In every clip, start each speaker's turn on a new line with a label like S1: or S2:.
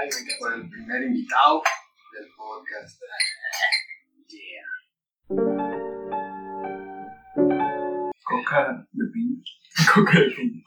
S1: Ay, por el primer invitado del podcast. Coca de piña. Coca de piña.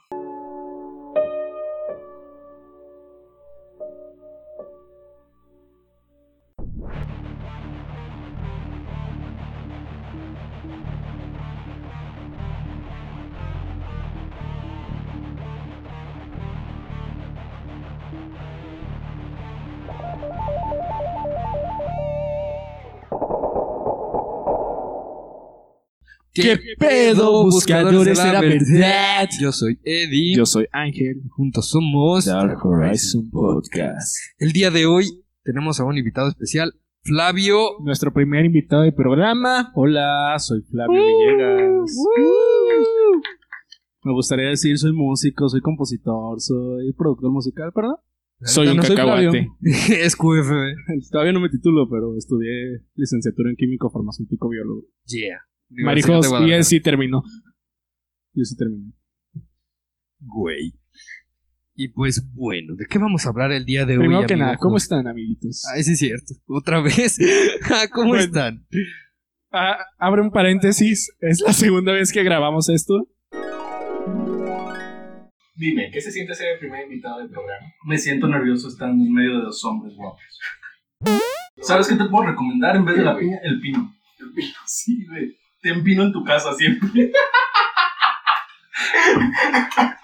S2: ¿Qué pedo, buscadores de la verdad?
S3: Yo soy Eddie.
S2: Yo soy Ángel.
S3: Juntos somos
S2: Dark Horizon Podcast.
S3: El día de hoy tenemos a un invitado especial, Flavio.
S2: Nuestro primer invitado del programa. Hola, soy Flavio Villegas. Uh. Me gustaría decir, soy músico, soy compositor, soy productor musical, ¿perdón? Soy
S3: La
S2: un
S3: neta,
S2: cacahuate.
S3: Flavio. es eh. QFB.
S2: Todavía no me titulo, pero estudié licenciatura en químico farmacéutico biólogo.
S3: Yeah.
S2: Marijos,
S3: Universidad de
S2: y él
S3: Guadalajara.
S2: sí terminó. Yo sí terminé.
S3: Güey. Y pues bueno, ¿de qué vamos a hablar el día de hoy?
S2: Primero que
S3: amigo?
S2: nada, ¿cómo están, amiguitos?
S3: Ay, sí, es cierto. Otra vez. Ah, ¿Cómo
S2: Bueno.
S3: están?
S2: Ah, abre un paréntesis. Es la segunda vez que grabamos esto.
S1: Dime, ¿qué se siente ser el primer invitado del programa? Me siento nervioso estando en medio de dos hombres guapos. ¿Sabes qué te puedo recomendar en vez de la piña? El pino. El pino, sí, güey. Ten pino en tu casa siempre.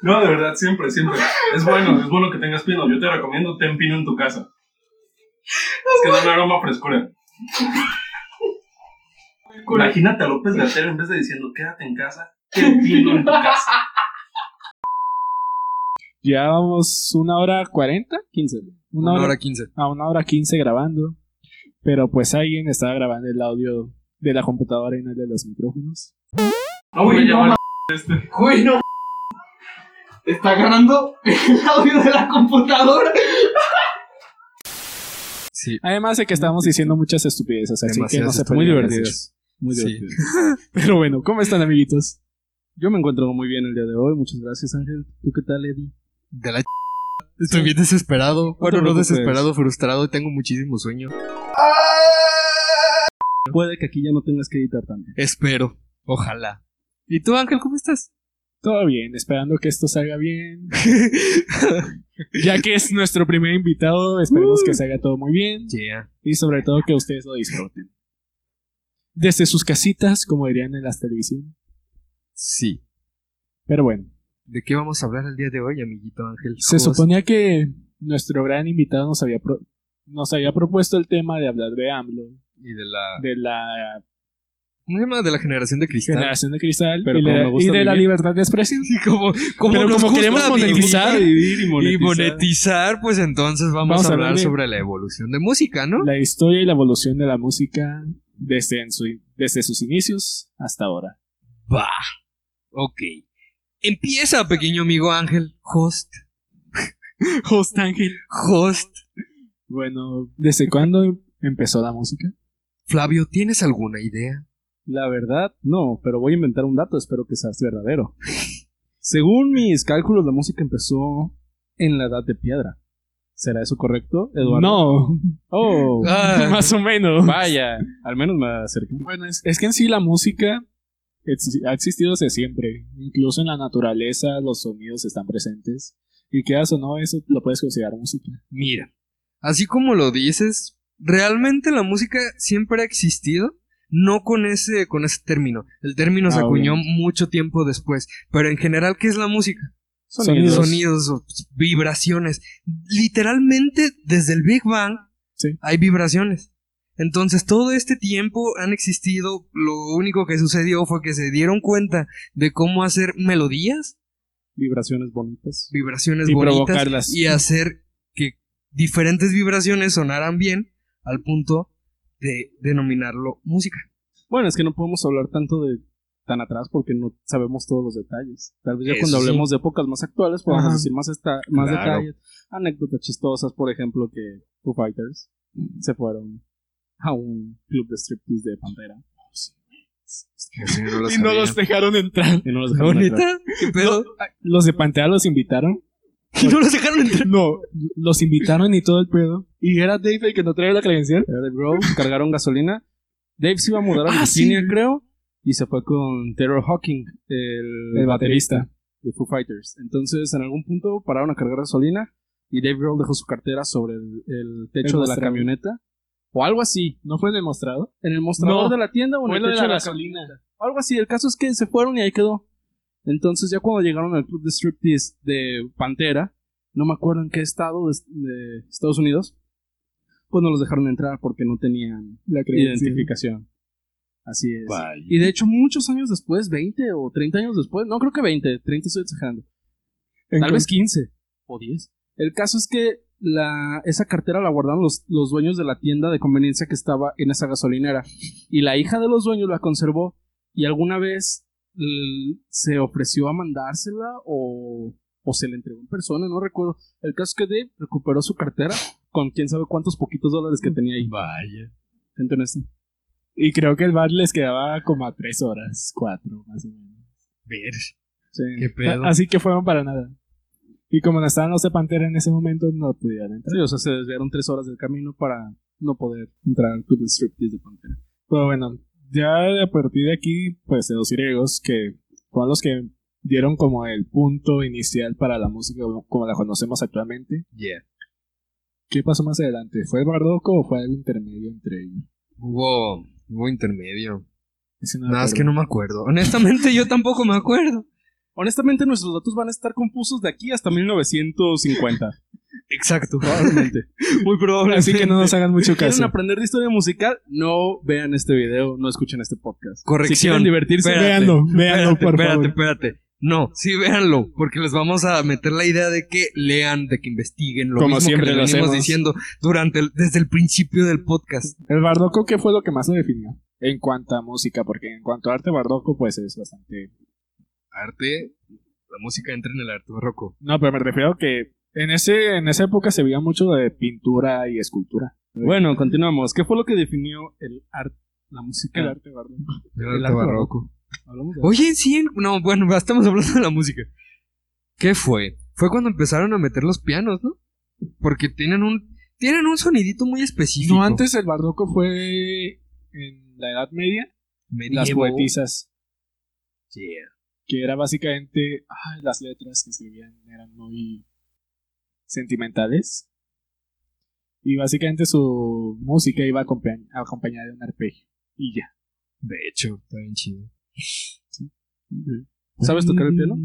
S1: No, de verdad, siempre, siempre. Es bueno, es bueno que tengas pino. Yo te recomiendo ten pino en tu casa. Es que da un aroma a frescura. Imagínate a López Gatero en vez de diciendo quédate en casa, ten pino en tu casa.
S2: Llevábamos una hora cuarenta, quince. Una, hora,
S3: quince.
S2: a una hora quince grabando. Pero pues alguien estaba grabando el audio de la computadora y no el de los micrófonos.
S1: No voy a llamar este.
S4: Güey, no. Está ganando el audio de la computadora.
S3: Sí.
S2: Además de que estábamos diciendo muchas estupideces, así que no
S3: Demasiadas
S2: sé, muy
S3: estupideces.
S2: divertidos. Muy
S3: Sí.
S2: divertidos. Pero bueno, ¿cómo están, amiguitos? Yo me encuentro muy bien el día de hoy. Muchas gracias, Ángel. ¿Tú qué tal, Eddie?
S3: De la ch... Estoy bien desesperado. Bueno, no
S2: preocupes.
S3: desesperado, frustrado. Tengo muchísimo sueño.
S2: Puede que aquí ya no tengas que editar tanto.
S3: Espero. Ojalá. ¿Y tú, Ángel, cómo estás?
S2: Todo bien, esperando que esto salga bien. ya que es nuestro primer invitado, esperemos
S3: Uh.
S2: que salga todo muy bien.
S3: Yeah.
S2: Y sobre todo que ustedes lo disfruten. Desde sus casitas, como dirían en las televisiones.
S3: Sí.
S2: Pero bueno,
S3: ¿De qué vamos a hablar el día de hoy, amiguito Ángel?
S2: se
S3: ¿Cómo
S2: suponía que nuestro gran invitado nos había, pro- nos había propuesto el tema de hablar de AMLO,
S3: es? Y de la...
S2: de la
S3: ¿Cómo se llama? De la generación de cristal.
S2: generación de cristal
S3: Pero
S2: y,
S3: como
S2: la-
S3: me gusta
S2: y de la
S3: vivir.
S2: libertad de expresión.
S3: Y como, como
S2: Pero
S3: nos
S2: como
S3: gusta
S2: queremos
S3: vivir
S2: monetizar,
S3: vivir y
S2: monetizar.
S3: pues entonces vamos,
S2: Vamos
S3: a
S2: a
S3: hablar
S2: hablar de-
S3: sobre la evolución de música, ¿no?
S2: La historia y la evolución de la música desde, en su- desde sus inicios hasta ahora.
S3: Va. Ok. Empieza, pequeño amigo Ángel. Host.
S2: Host Ángel.
S3: Host.
S2: Bueno, ¿desde cuándo empezó la música?
S3: Flavio, ¿tienes alguna idea?
S2: La verdad, no, pero voy a inventar un dato, espero que sea verdadero. Según mis cálculos, la música empezó en la edad de piedra. ¿Será eso correcto, Eduardo? No. Oh,
S3: Ah.
S2: más o menos. Vaya, al menos me acerqué. Bueno, es, es que en sí la música ex- ha existido desde siempre. Incluso en la naturaleza los sonidos están presentes. Y quedas o no, eso lo puedes considerar música.
S3: Mira, así como lo dices, realmente la música siempre ha existido, no con ese, con ese término. El término se
S2: Ah,
S3: acuñó mucho tiempo después, pero en general, ¿qué es la música?
S2: Sonidos.
S3: Sonidos, o vibraciones. Literalmente, desde el Big Bang
S2: Sí.
S3: hay vibraciones. Entonces, todo este tiempo han existido, lo único que sucedió fue que se dieron cuenta de cómo hacer melodías
S2: Vibraciones bonitas.
S3: vibraciones
S2: Y
S3: bonitas
S2: provocarlas.
S3: y hacer que diferentes vibraciones sonaran bien al punto de denominarlo música.
S2: Bueno, es que no podemos hablar tanto de tan atrás porque no sabemos todos los detalles. Tal vez ya
S3: Eso
S2: cuando
S3: sí.
S2: hablemos de épocas más actuales podamos
S3: Ajá.
S2: decir más, esta- más
S3: Claro.
S2: detalles. Anécdotas chistosas, por ejemplo, que Foo Fighters se fueron a un club de striptease de Pantera. dejaron entrar. Y no los dejaron entrar.
S3: ¿Neta? ¿Qué pedo?
S2: Los de Pantera los invitaron
S3: Y no los dejaron entrar.
S2: No, los invitaron y todo el pedo. Y era Dave el que no traía la credencial. Era de bro, cargaron gasolina. Dave se iba a mudar a
S3: Ah,
S2: Virginia,
S3: sí.
S2: creo. Y se fue con Terror Hawking, el,
S5: El
S2: baterista de Foo Fighters. Entonces, en algún punto pararon a cargar gasolina. Y Dave Grohl dejó su cartera sobre el, el
S5: El
S2: techo de la
S5: mostrador.
S2: camioneta. O algo así.
S5: ¿No fue demostrado?
S2: En el mostrador
S5: No,
S2: de la tienda o en
S5: Fue
S2: el
S5: lo de
S2: techo
S5: la
S2: de la
S5: gasolina.
S2: o algo así. El caso es que se fueron y ahí quedó. Entonces, ya cuando llegaron al club de striptease de Pantera, no me acuerdo en qué estado de, de Estados Unidos, pues no los dejaron entrar porque no tenían La identificación. Así es. Y de hecho, muchos años después, 20 o 30 años después, no creo que 20, 30 estoy exagerando, tal vez 15 o 10. El caso es que la, esa cartera la guardaron los, los dueños de la tienda de conveniencia que estaba en esa gasolinera. Y la hija de los dueños la conservó y alguna vez l- se ofreció a mandársela o, o se la entregó en persona, no recuerdo. El caso es que Dave recuperó su cartera con quién sabe cuántos poquitos dólares que tenía ahí.
S5: Vaya.
S2: Gente honesta.
S5: Y creo que el bar les quedaba como a tres horas, cuatro, más o menos.
S3: Ver,
S2: Sí.
S3: qué pedo.
S5: Así que fueron para nada. Y como no estaban los de Pantera en ese momento, no pudieron entrar.
S2: Sí, o sea, se desviaron tres horas del camino para no poder entrar al club de striptease de Pantera.
S5: Pero bueno, ya a partir de aquí, pues de los griegos, que fueron los que dieron como el punto inicial para la música como la conocemos actualmente.
S3: Yeah.
S5: ¿Qué pasó más adelante? ¿Fue el barroco o fue el intermedio entre ellos?
S3: Hubo, hubo intermedio.
S5: Ese no me
S3: Nada, es que
S5: acuerdo.
S3: no me acuerdo. Honestamente, yo tampoco me acuerdo.
S2: Honestamente, nuestros datos van a estar confusos de aquí hasta 1950.
S3: Exacto.
S2: Probablemente.
S3: Muy probable.
S5: Así que no nos hagan mucho
S2: ¿Quieren
S5: caso.
S2: aprender de historia musical? No vean este video, no escuchen este podcast.
S3: Corrección.
S2: Si quieren divertirse,
S3: Espérate.
S5: Véanlo, véanlo,
S3: Espérate,
S5: por
S3: espérate,
S5: favor.
S3: espérate. No, sí, véanlo, porque les vamos a meter la idea de que lean, de que investiguen, lo
S5: Como
S3: mismo
S5: siempre
S3: que
S5: lo
S3: les venimos
S5: hacemos.
S3: diciendo durante el- desde el principio del podcast.
S5: El barroco, ¿qué fue lo que más lo definió? En cuanto a música, porque en cuanto a arte barroco, pues es bastante...
S3: Arte, la música entra en el arte barroco.
S5: No, pero me refiero que en, ese, en esa época se veía mucho de pintura y escultura.
S2: Bueno, continuamos. ¿Qué fue lo que definió el arte, la música?
S5: El arte barroco.
S3: El
S2: arte barroco. Hablamos de-
S3: Oye, sí, en- no, bueno, ya estamos hablando de la música. ¿Qué fue? Fue cuando empezaron a meter los pianos, ¿no? Porque tienen un tienen un sonidito muy específico.
S5: No, antes el barroco fue en la Edad Media,
S3: Medievo.
S5: las poetisas,
S3: Yeah.
S5: que era básicamente ay, las letras que escribían eran muy sentimentales. Y básicamente su música iba acompa- acompañada de un arpegio. Y ya.
S3: De hecho, está bien chido.
S2: ¿Sabes tocar el piano?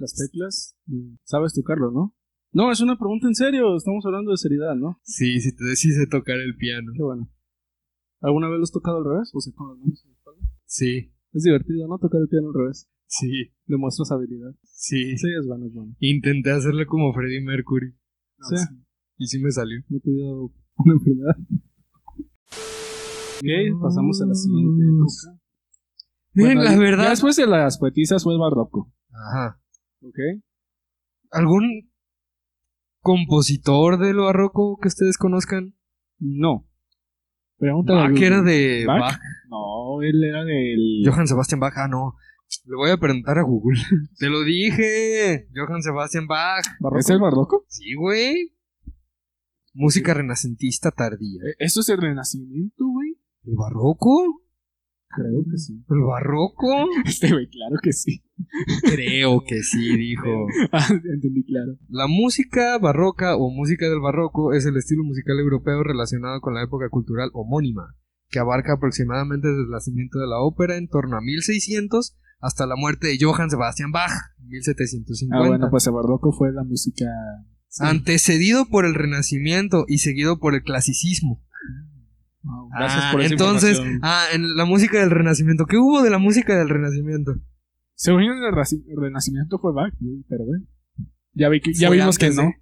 S5: Las teclas.
S2: ¿Sabes tocarlo, no? No, es una pregunta en serio. Estamos hablando de seriedad, ¿no?
S3: Sí, si te decís de tocar el piano.
S2: Qué bueno. ¿Alguna vez lo has tocado al revés? O sea, con las manos en la espalda.
S3: Sí,
S2: Es divertido, ¿no? Tocar el piano al revés.
S3: sí,
S2: Demuestras habilidad.
S3: sí.
S2: Sí, es bueno, es bueno.
S3: Intenté hacerlo como Freddie Mercury.
S5: No,
S2: Sí.
S5: sí.
S3: Y sí me salió.
S2: No te dio una enfermedad. Ok, pasamos a la siguiente época.
S3: Miren,
S5: Bueno,
S3: Mm. la
S5: ya-
S3: verdad.
S5: ya después de las poetisas fue el barroco.
S3: Ajá.
S2: Ok.
S3: ¿Algún compositor del barroco que ustedes conozcan?
S2: No.
S5: Pregúntale. a
S3: Bach
S5: Google.
S3: Ah, era de
S5: Bach?
S3: Bach.
S5: No, él era del.
S3: Johann Sebastian Bach. Ah, no. Le voy a preguntar a Google. Te lo dije. Johann Sebastian Bach.
S5: ¿Es el barroco?
S3: Sí, güey. Música renacentista tardía. ¿eh?
S5: ¿E- ¿Eso es el renacimiento, güey?
S3: ¿El barroco?
S5: Creo que sí.
S3: ¿El barroco?
S5: Este, güey, claro que sí.
S3: Creo que sí, dijo.
S5: Ah, entendí, claro.
S3: La música barroca o música del barroco es el estilo musical europeo relacionado con la época cultural homónima, que abarca aproximadamente desde el nacimiento de la ópera en torno a 1600 hasta la muerte de Johann Sebastian Bach en 1750.
S5: Ah, bueno, pues el barroco fue la música. sí.
S3: Ah, Antecedido por el Renacimiento y seguido por el clasicismo.
S5: Wow.
S2: Gracias
S3: Ah,
S2: por esa
S3: Entonces,
S2: información.
S3: ah, en la música del Renacimiento. ¿Qué hubo de la música del Renacimiento?
S5: Según yo, el raci- el renacimiento fue Bach, güey, pero bueno. Ya, vi que- ya
S3: Fue
S5: vimos que
S3: antes ¿eh?
S5: no.
S3: de-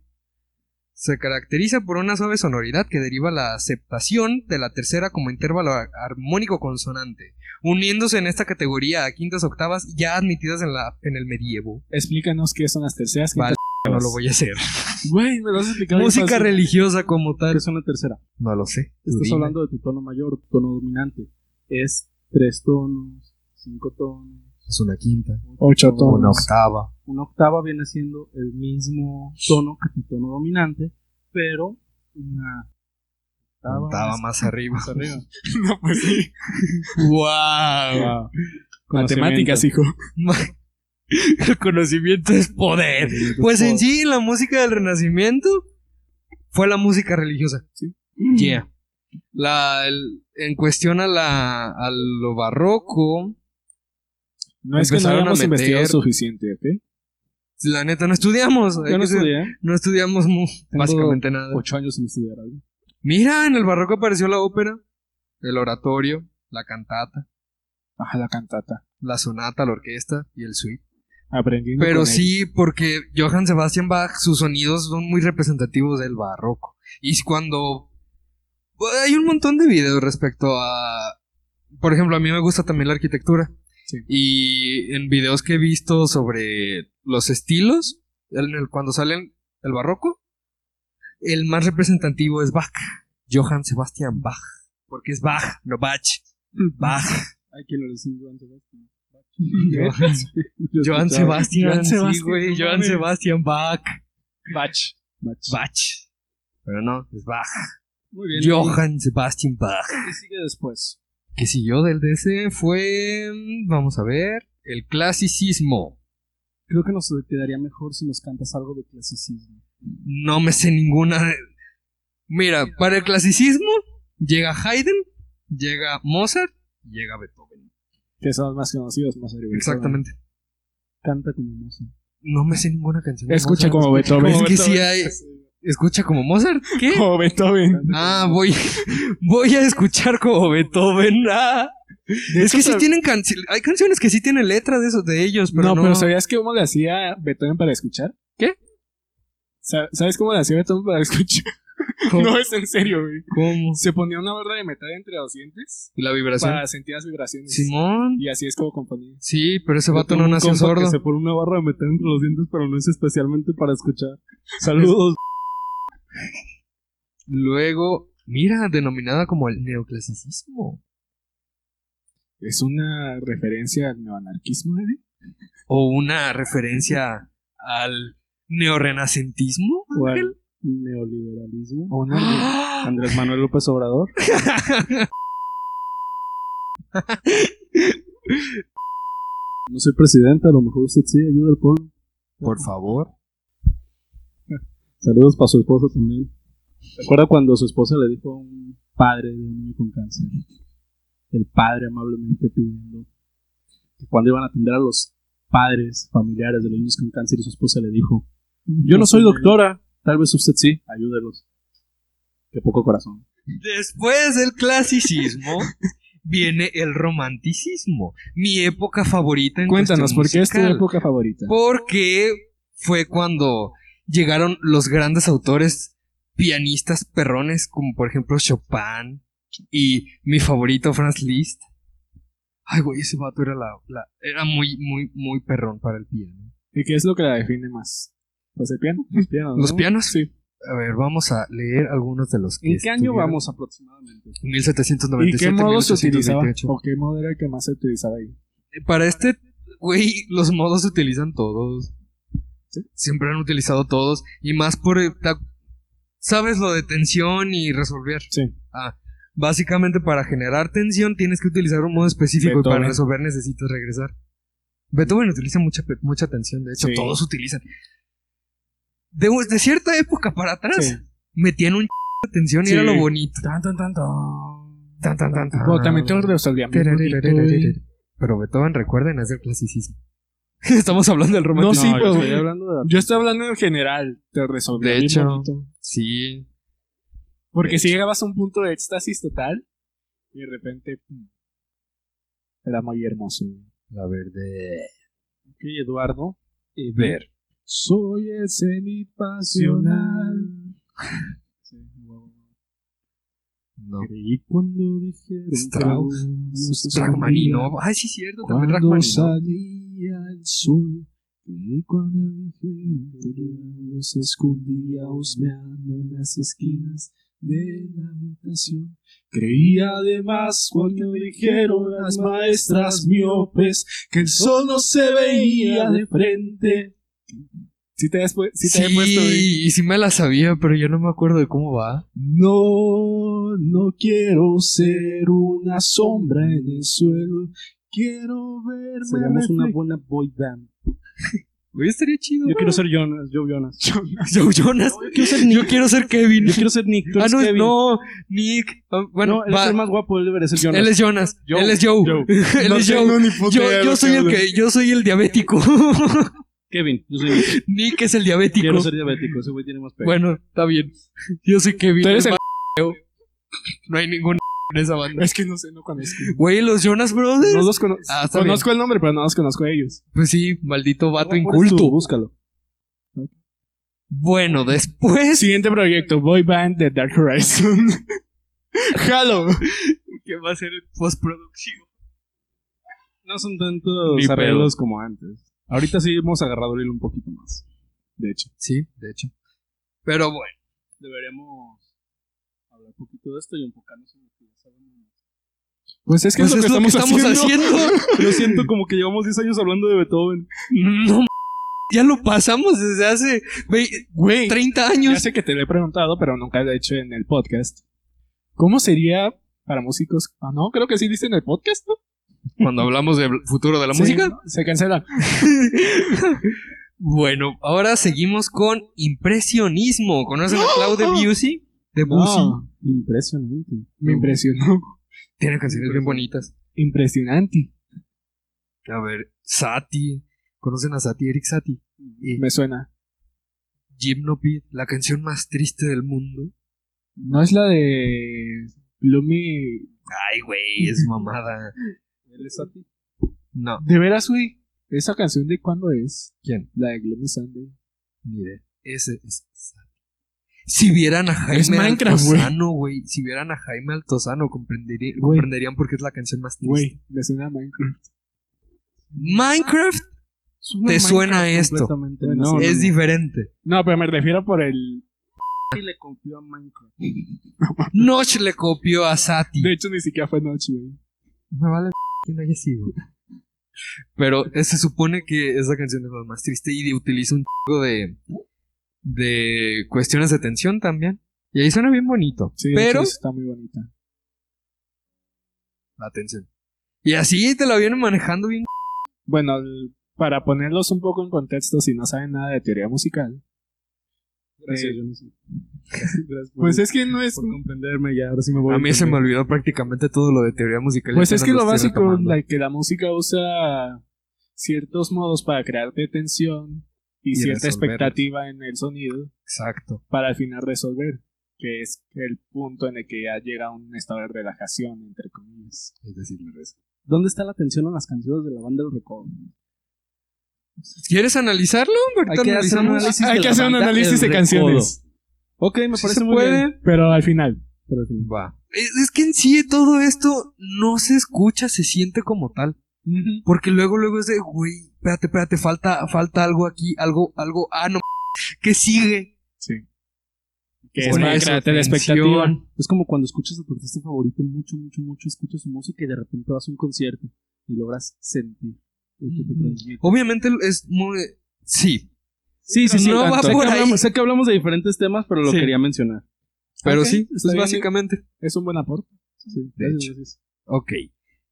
S3: Se caracteriza por una suave sonoridad que deriva la aceptación de la tercera como intervalo ar- armónico consonante, uniéndose en esta categoría a quintas octavas ya admitidas en, la, en el medievo.
S5: Explícanos qué son las terceras.
S3: Vale.
S5: quintas-
S3: No lo voy a hacer.
S2: Güey, me lo has explicado. bien
S3: Música
S2: fácil.
S3: religiosa como tal.
S2: ¿Qué es una tercera?
S3: Pues, No lo sé. Tú
S2: Estás
S3: dime.
S2: hablando de tu tono mayor, tono dominante. Es tres tonos, cinco tonos.
S3: es una quinta,
S2: Ocho
S3: o una
S2: tonos.
S3: octava.
S6: Una octava viene siendo el mismo tono que tu tono dominante, pero una
S3: Octava, más arriba.
S2: arriba.
S3: no, pues sí. Ah, ¡Wow!
S2: Wow.
S6: Matemáticas,
S2: hijo.
S3: El conocimiento es poder. Pues en sí, la música del Renacimiento fue la música religiosa. Yeah. La, el- en cuestión a, la, a lo barroco,
S2: No es que no
S3: Empezaron a
S2: hayamos
S3: meter-
S2: investigado suficiente, ¿ok?
S3: la neta no estudiamos. hay
S2: Yo no
S3: que ser-
S2: estudié.
S3: no estudiamos mu-
S2: Tengo
S3: básicamente nada.
S2: Ocho años sin estudiar algo.
S3: Mira, en el barroco apareció la ópera, el oratorio, la cantata,
S2: Ajá, la cantata.
S3: la sonata, la orquesta y el suite.
S2: Aprendiendo.
S3: Pero
S2: con él.
S3: sí, porque Johann Sebastian Bach, sus sonidos son muy representativos del barroco. Y cuando... Bueno, Hay un montón de videos respecto a... Por ejemplo, a mí me gusta también la arquitectura.
S2: Sí.
S3: Y en videos que he visto sobre los estilos, en el- cuando salen el barroco, el más representativo es Bach. Johann Sebastian Bach. Porque es Bach, no Bach.
S2: Mm.
S3: Bach.
S2: Ay, que lo decía Joan Sebastián.
S3: Johann,
S2: Yo
S3: Johann
S2: escuchaba.
S3: Sebastian.
S2: Johann
S3: sí,
S2: Sebastian,
S3: güey,
S2: no
S3: Johann
S2: mames.
S3: Sebastian Bach.
S2: Bach. Bach.
S3: Bach. Pero no, es Bach.
S2: Muy bien.
S3: Johann Sebastian Bach.
S2: ¿Qué sigue después?
S3: Que siguió del DC fue. mm, Vamos a ver. El clasicismo.
S2: Creo que nos quedaría mejor si nos cantas algo de clasicismo.
S3: No me sé ninguna. de- Mira, para el clasicismo llega Haydn, llega Mozart, llega Beethoven.
S2: Que son los más conocidos, más arriba.
S3: Exactamente.
S2: Canta como Mozart.
S3: No me sé ninguna canción. de
S2: Escucha
S3: Mozart.
S2: como Beethoven.
S3: Es que si hay. Escucha como Mozart. ¿Qué?
S2: Como Oh, Beethoven.
S3: Ah, voy, voy a escuchar como Beethoven. Ah. Es que sí tienen canciones. Hay canciones que sí tienen letras de esos de ellos, pero
S2: no,
S3: no.
S2: pero ¿sabías que cómo le hacía Beethoven para escuchar?
S3: ¿Qué?
S2: Sa- ¿Sabes cómo le hacía Beethoven para escuchar?
S3: ¿Cómo?
S2: No, es en serio, güey.
S3: ¿Cómo?
S2: Se ponía una barra de metal entre los dientes
S3: La vibración.
S2: para sentir las vibraciones.
S3: Simón.
S2: Y así es como componía.
S3: Sí, pero ese
S2: Yo
S3: Este vato
S2: tengo
S3: no
S2: un
S3: nació
S2: compa que
S3: sordo.
S2: se pone una barra de metal entre los dientes, pero no es especialmente para escuchar. Saludos.
S3: Luego, mira, denominada como el neoclasicismo.
S2: Es una referencia al neoanarquismo, ¿eh?
S3: O una referencia al neorenacentismo.
S2: O al
S3: Ángel.
S2: neoliberalismo. O
S3: ¡Ah!
S2: Andrés Manuel López Obrador. No soy presidente, a lo mejor usted sí ayuda al pueblo.
S3: Por favor.
S2: Saludos para su esposa también. Recuerda cuando su esposa le dijo a un padre de un niño con cáncer? El padre amablemente pidiendo que cuando iban a atender a los padres familiares de los niños con cáncer y su esposa le dijo, yo no soy doctora, tal vez usted sí, ayúdelos. Qué poco corazón.
S3: Después del clasicismo viene el romanticismo. Mi época favorita en cuestión este musical.
S2: este época favorita?
S3: Porque fue cuando llegaron los grandes autores pianistas perrones, como por ejemplo Chopin y mi favorito Franz Liszt. Ay, güey, ese vato era la, la- era muy, muy, muy perrón para el piano.
S2: ¿Y qué es lo que la define más? Pues el piano. Los pianos.
S3: ¿Los
S2: ¿no?
S3: pianos?
S2: Sí.
S3: A ver, vamos a leer algunos de los que
S2: ¿En qué año
S3: estuvieron
S2: vamos aproximadamente?
S3: en 1797,
S2: ¿Y qué modo se utilizaba?
S3: 1828.
S2: ¿O qué modo era el que más se utilizaba ahí?
S3: Para este, güey, los modos se utilizan todos. Siempre han utilizado todos. Y más por... el ta- ¿Sabes lo de tensión y resolver?
S2: Sí.
S3: Ah, básicamente para generar tensión tienes que utilizar un modo específico y para
S2: Beethoven.
S3: resolver necesitas regresar. Beethoven utiliza mucha, pe- mucha tensión, de hecho
S2: Sí.
S3: todos utilizan. De, de cierta época para atrás
S2: Sí.
S3: metían un de tensión y
S2: Sí.
S3: era lo bonito.
S2: Tan, tan, tan,
S3: Ah. Tan,
S2: tan.
S3: tan, tan, tan.
S2: Bueno, también te lo resolvían. bien bonito, y-
S3: Pero Beethoven, recuerden, es del clasicismo. Estamos hablando del
S2: No,
S3: romanticismo.
S2: sí, pero
S6: estoy hablando de
S2: yo estoy hablando en general. Te resolvían.
S3: De
S2: bien
S3: hecho.
S2: bonito.
S3: Sí.
S2: Porque si llegabas a un punto de éxtasis total y de repente. pum, Era muy hermoso.
S3: La verde.
S2: Ok, Eduardo.
S3: Y ver.
S2: Soy el cenit pasional. Sí, wow.
S3: No.
S2: Creí cuando dijeron
S3: Strauss, Rachmaninoff. Ay, sí, cierto. También
S2: Cuando
S3: Rachmaninoff.
S2: salía el sol y cuando el gente los escondía husmeando en las esquinas de la habitación. Creía además cuando dijeron las maestras miopes que el sol no se veía de frente. Si te has pu- sí te he puesto, güey.
S3: Sí, y sí me la sabía, pero yo no me acuerdo de cómo va.
S2: No, no quiero ser una sombra en el suelo. Quiero verme.
S7: Seríamos una
S2: refle-
S7: buena boy band.
S3: Güey, estaría chido.
S7: Yo
S3: güey.
S7: quiero ser Jonas, yo Jonas.
S3: Yo, Jonas.
S7: Yo quiero ser
S3: Yo
S7: Nick.
S3: quiero ser Kevin.
S7: Yo quiero ser Nick. tú
S3: Ah,
S7: eres
S3: no,
S7: Kevin.
S3: no, Nick. Ah, Bueno,
S7: No, él es
S3: va.
S7: el más guapo, él debería ser Jonas.
S3: Él es Jonas.
S2: Joe.
S3: Él es Joe. Él
S2: No
S3: es
S2: tengo
S3: Joe.
S2: ni puta
S3: Yo,
S2: idea de
S3: yo
S2: lo
S3: soy el
S2: hablo.
S3: que, yo soy el diabético.
S7: Kevin, yo soy Nick.
S3: Nick es el
S7: Quiero
S3: diabético.
S7: ser diabético, ese güey tiene más
S2: Este,
S7: pelo.
S3: Bueno, está bien. Yo soy Kevin.
S2: Tú eres
S3: el
S2: el-
S3: más- No hay ningún en esa banda.
S2: Es que no sé, no conozco.
S3: Güey, los Jonas Brothers.
S2: No los conozco.
S3: Ah, está
S2: conozco el nombre, pero no los conozco a ellos.
S3: Pues sí, maldito vato
S2: Pones tú,
S3: inculto.
S2: búscalo.
S3: Bueno, después.
S2: Siguiente proyecto: Boy Band de Dark Horizon. Halo.
S3: ¿Qué va a ser postproducción?
S2: No son tantos
S3: Ni pedo.
S2: arreglos como antes. Ahorita sí hemos agarrado el hilo un poquito más. De hecho.
S3: Sí, de hecho. Pero bueno.
S7: Deberíamos hablar un poquito de esto y enfocarnos en lo que ya sabemos.
S2: Pues es que
S3: Pues
S2: es lo que estamos, haciendo.
S3: haciendo.
S2: Lo siento, como que llevamos 10 años hablando de Beethoven.
S3: No, m- ya lo pasamos desde hace vei-
S2: Güey.
S3: 30
S2: Ya
S3: años.
S2: sé que te lo he preguntado, pero nunca lo he hecho en el podcast. ¿Cómo sería para músicos? Ah, no, creo que sí dice en el podcast, ¿no?
S3: Cuando hablamos del futuro de la
S2: Sí, ¿no? Se cancela.
S3: Bueno, ahora seguimos con impresionismo. ¿Conocen a Claude Debussy? Debussy.
S2: No, impresionante. Me impresionó.
S3: Tiene canciones bien bonitas.
S2: Impresionante.
S3: A ver, Satie. ¿Conocen a Satie? Eric Satie. Y
S2: Me suena.
S3: Gymnopede, la canción más triste del mundo.
S2: ¿No es la de Bloomy?
S3: Ay, güey, es mamada. No,
S2: De veras, güey. ¿Esa canción de cuándo es?
S3: ¿quién?
S2: La de Gloomy Sunday.
S3: Ni idea. Ese es Satie. Si vieran a
S2: Es
S3: Jaime
S2: Minecraft, güey.
S3: Altozano, güey. Si vieran a Jaime Altozano, comprenderí-
S2: Güey.
S3: comprenderían por qué es la canción más triste.
S2: Güey, me suena a Minecraft.
S3: Minecraft te suena esto.
S7: Completamente.
S2: No, no,
S7: nacido.
S3: es
S2: no.
S3: diferente.
S2: No, pero me refiero por el.
S7: Y le confió a Minecraft.
S3: Notch le copió a Sati.
S2: De hecho, ni siquiera fue noche, güey.
S3: Me vale quién haya sido. Pero eh, se supone que esa canción es la más triste y utiliza un chingo de, de cuestiones de tensión también. Y ahí suena bien bonito.
S2: Sí, de hecho,
S3: pero
S2: eso está muy bonita.
S3: la tensión. Y así te la vienen manejando bien.
S2: Bueno, el- para ponerlos un poco en contexto, si no saben nada de teoría musical.
S7: Gracias,
S2: eh,
S7: Jonas. Gracias por,
S2: pues es que no es.
S7: por comprenderme ya. Ahora sí me voy
S3: A mí se me
S7: entender.
S3: olvidó prácticamente todo lo de teoría musical. y
S2: Pues es
S3: apenas
S2: que lo
S3: estoy
S2: básico,
S3: retomando.
S2: la, que la música usa ciertos modos para crearte tensión y,
S3: Y
S2: cierta
S3: resolverla.
S2: expectativa en el sonido
S3: Exacto.
S2: para al final resolver, que es el punto en el que ya llega a un estado de relajación, entre comillas.
S3: Es decir, la res-
S7: ¿Dónde está la atención a las canciones de la banda del recodo?
S3: ¿Quieres analizarlo? Ahorita
S7: Hay que hacer un
S3: analizamos.
S7: análisis.
S2: Hay
S7: de
S2: que
S7: la
S2: hacer un
S7: banda
S2: análisis
S7: El
S2: de canciones,
S7: Ok, me
S3: Sí
S7: parece
S3: se
S7: muy
S3: puede.
S7: bien.
S2: pero al final.
S3: Va. Es, es que en sí todo esto no se escucha, se siente como tal. Porque luego, luego es de, güey, espérate, espérate, falta, falta algo aquí, algo, algo, ah, no, que sigue.
S2: Que es
S3: Por
S2: para
S3: eso,
S2: crearte la
S3: tensión.
S2: expectativa.
S7: Es como cuando escuchas a tu artista favorito mucho, mucho, mucho, escuchas su música y de repente vas a un concierto y logras sentir lo que te transmite.
S3: Obviamente es muy, sí,
S7: Sí, sí, sí.
S3: No va
S7: tanto. sé,
S3: por
S7: que
S3: ahí.
S7: hablamos, sé que hablamos de diferentes temas, pero lo
S3: Sí.
S7: quería mencionar.
S3: pero
S2: Ok,
S3: sí,
S2: está
S3: es
S2: bien.
S3: básicamente.
S2: Es un buen aporte. Sí,
S3: De
S2: gracias,
S3: hecho.
S2: gracias.
S3: Ok.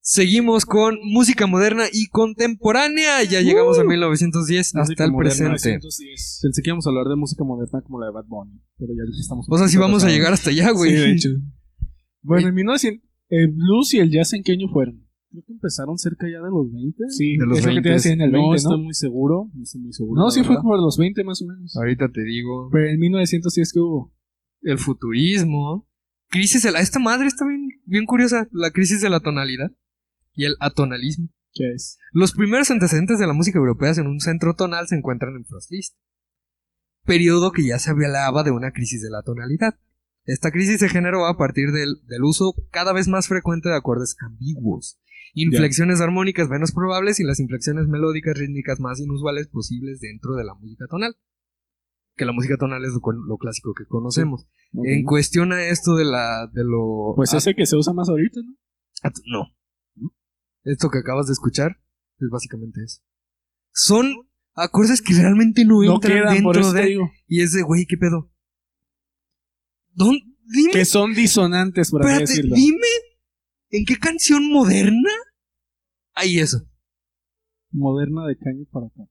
S3: Seguimos con música moderna y contemporánea. Ya llegamos a 1910 hasta el presente.
S7: Pensé que íbamos a hablar de música moderna como la de Bad Bunny, pero ya estamos...
S3: O sea, si vamos a llegar hasta allá, güey.
S2: Sí, de hecho. Bueno, en 1900, el blues y el jazz en qué año fueron?
S7: Creo que empezaron cerca ya de los 20.
S2: Sí,
S3: De los
S2: es lo que te
S3: 20s.
S2: decía en el
S7: no
S2: 20, ¿no?
S7: estoy muy seguro, no estoy muy seguro.
S2: No,
S7: la
S2: sí fue
S7: verdad.
S2: por los 20 más o menos.
S3: Ahorita te digo.
S2: Pero en 1910 que hubo.
S3: El futurismo. Crisis de la... Esta madre está bien, bien curiosa. La crisis de la tonalidad y el atonalismo.
S2: ¿Qué es?
S3: Los primeros antecedentes de la música europea en un centro tonal se encuentran en Frostlist, periodo que ya se hablaba de una crisis de la tonalidad. Esta crisis se generó a partir del, del uso cada vez más frecuente de acordes ambiguos, inflexiones armónicas menos probables y las inflexiones melódicas rítmicas más inusuales posibles dentro de la música tonal. que la música tonal es lo, con- lo clásico que conocemos. En cuestión a esto de la de lo
S2: Pues
S3: a-
S2: ese que se usa más ahorita, ¿no?
S3: a- no. Esto que acabas de escuchar es básicamente eso. Son acordes que realmente no
S2: No
S3: entran
S2: quedan, por
S3: dentro
S2: este eso te
S3: de
S2: digo.
S3: y es de güey, ¿qué pedo? ¿Dónde? Dime
S2: Que son disonantes, por así
S3: Espérate,
S2: decirlo.
S3: dime, ¿en qué canción moderna hay eso?
S2: Moderna de caño para acá.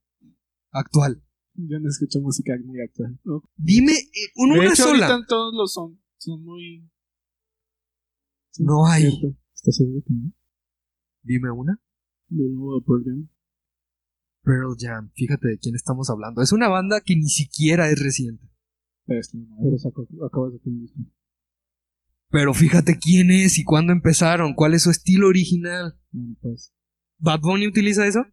S3: Actual.
S2: Yo no escucho música muy actual.
S3: Dime, eh, una,
S2: de
S3: una
S2: hecho,
S3: sola.
S2: ahorita todos los son, son muy...
S3: No hay.
S2: ¿Cierto? ¿Estás seguro que no?
S3: Dime una.
S2: De nuevo, Pearl Jam.
S3: Pearl Jam. Fíjate de quién estamos hablando. Es una banda que ni siquiera es reciente.
S2: Pero, es que no, pero Este, saco- acabas de poner esto.
S3: Pero fíjate quién es y cuándo empezaron. ¿Cuál es su estilo original?
S2: Bueno, pues,
S3: ¿Bad Bunny utiliza eso?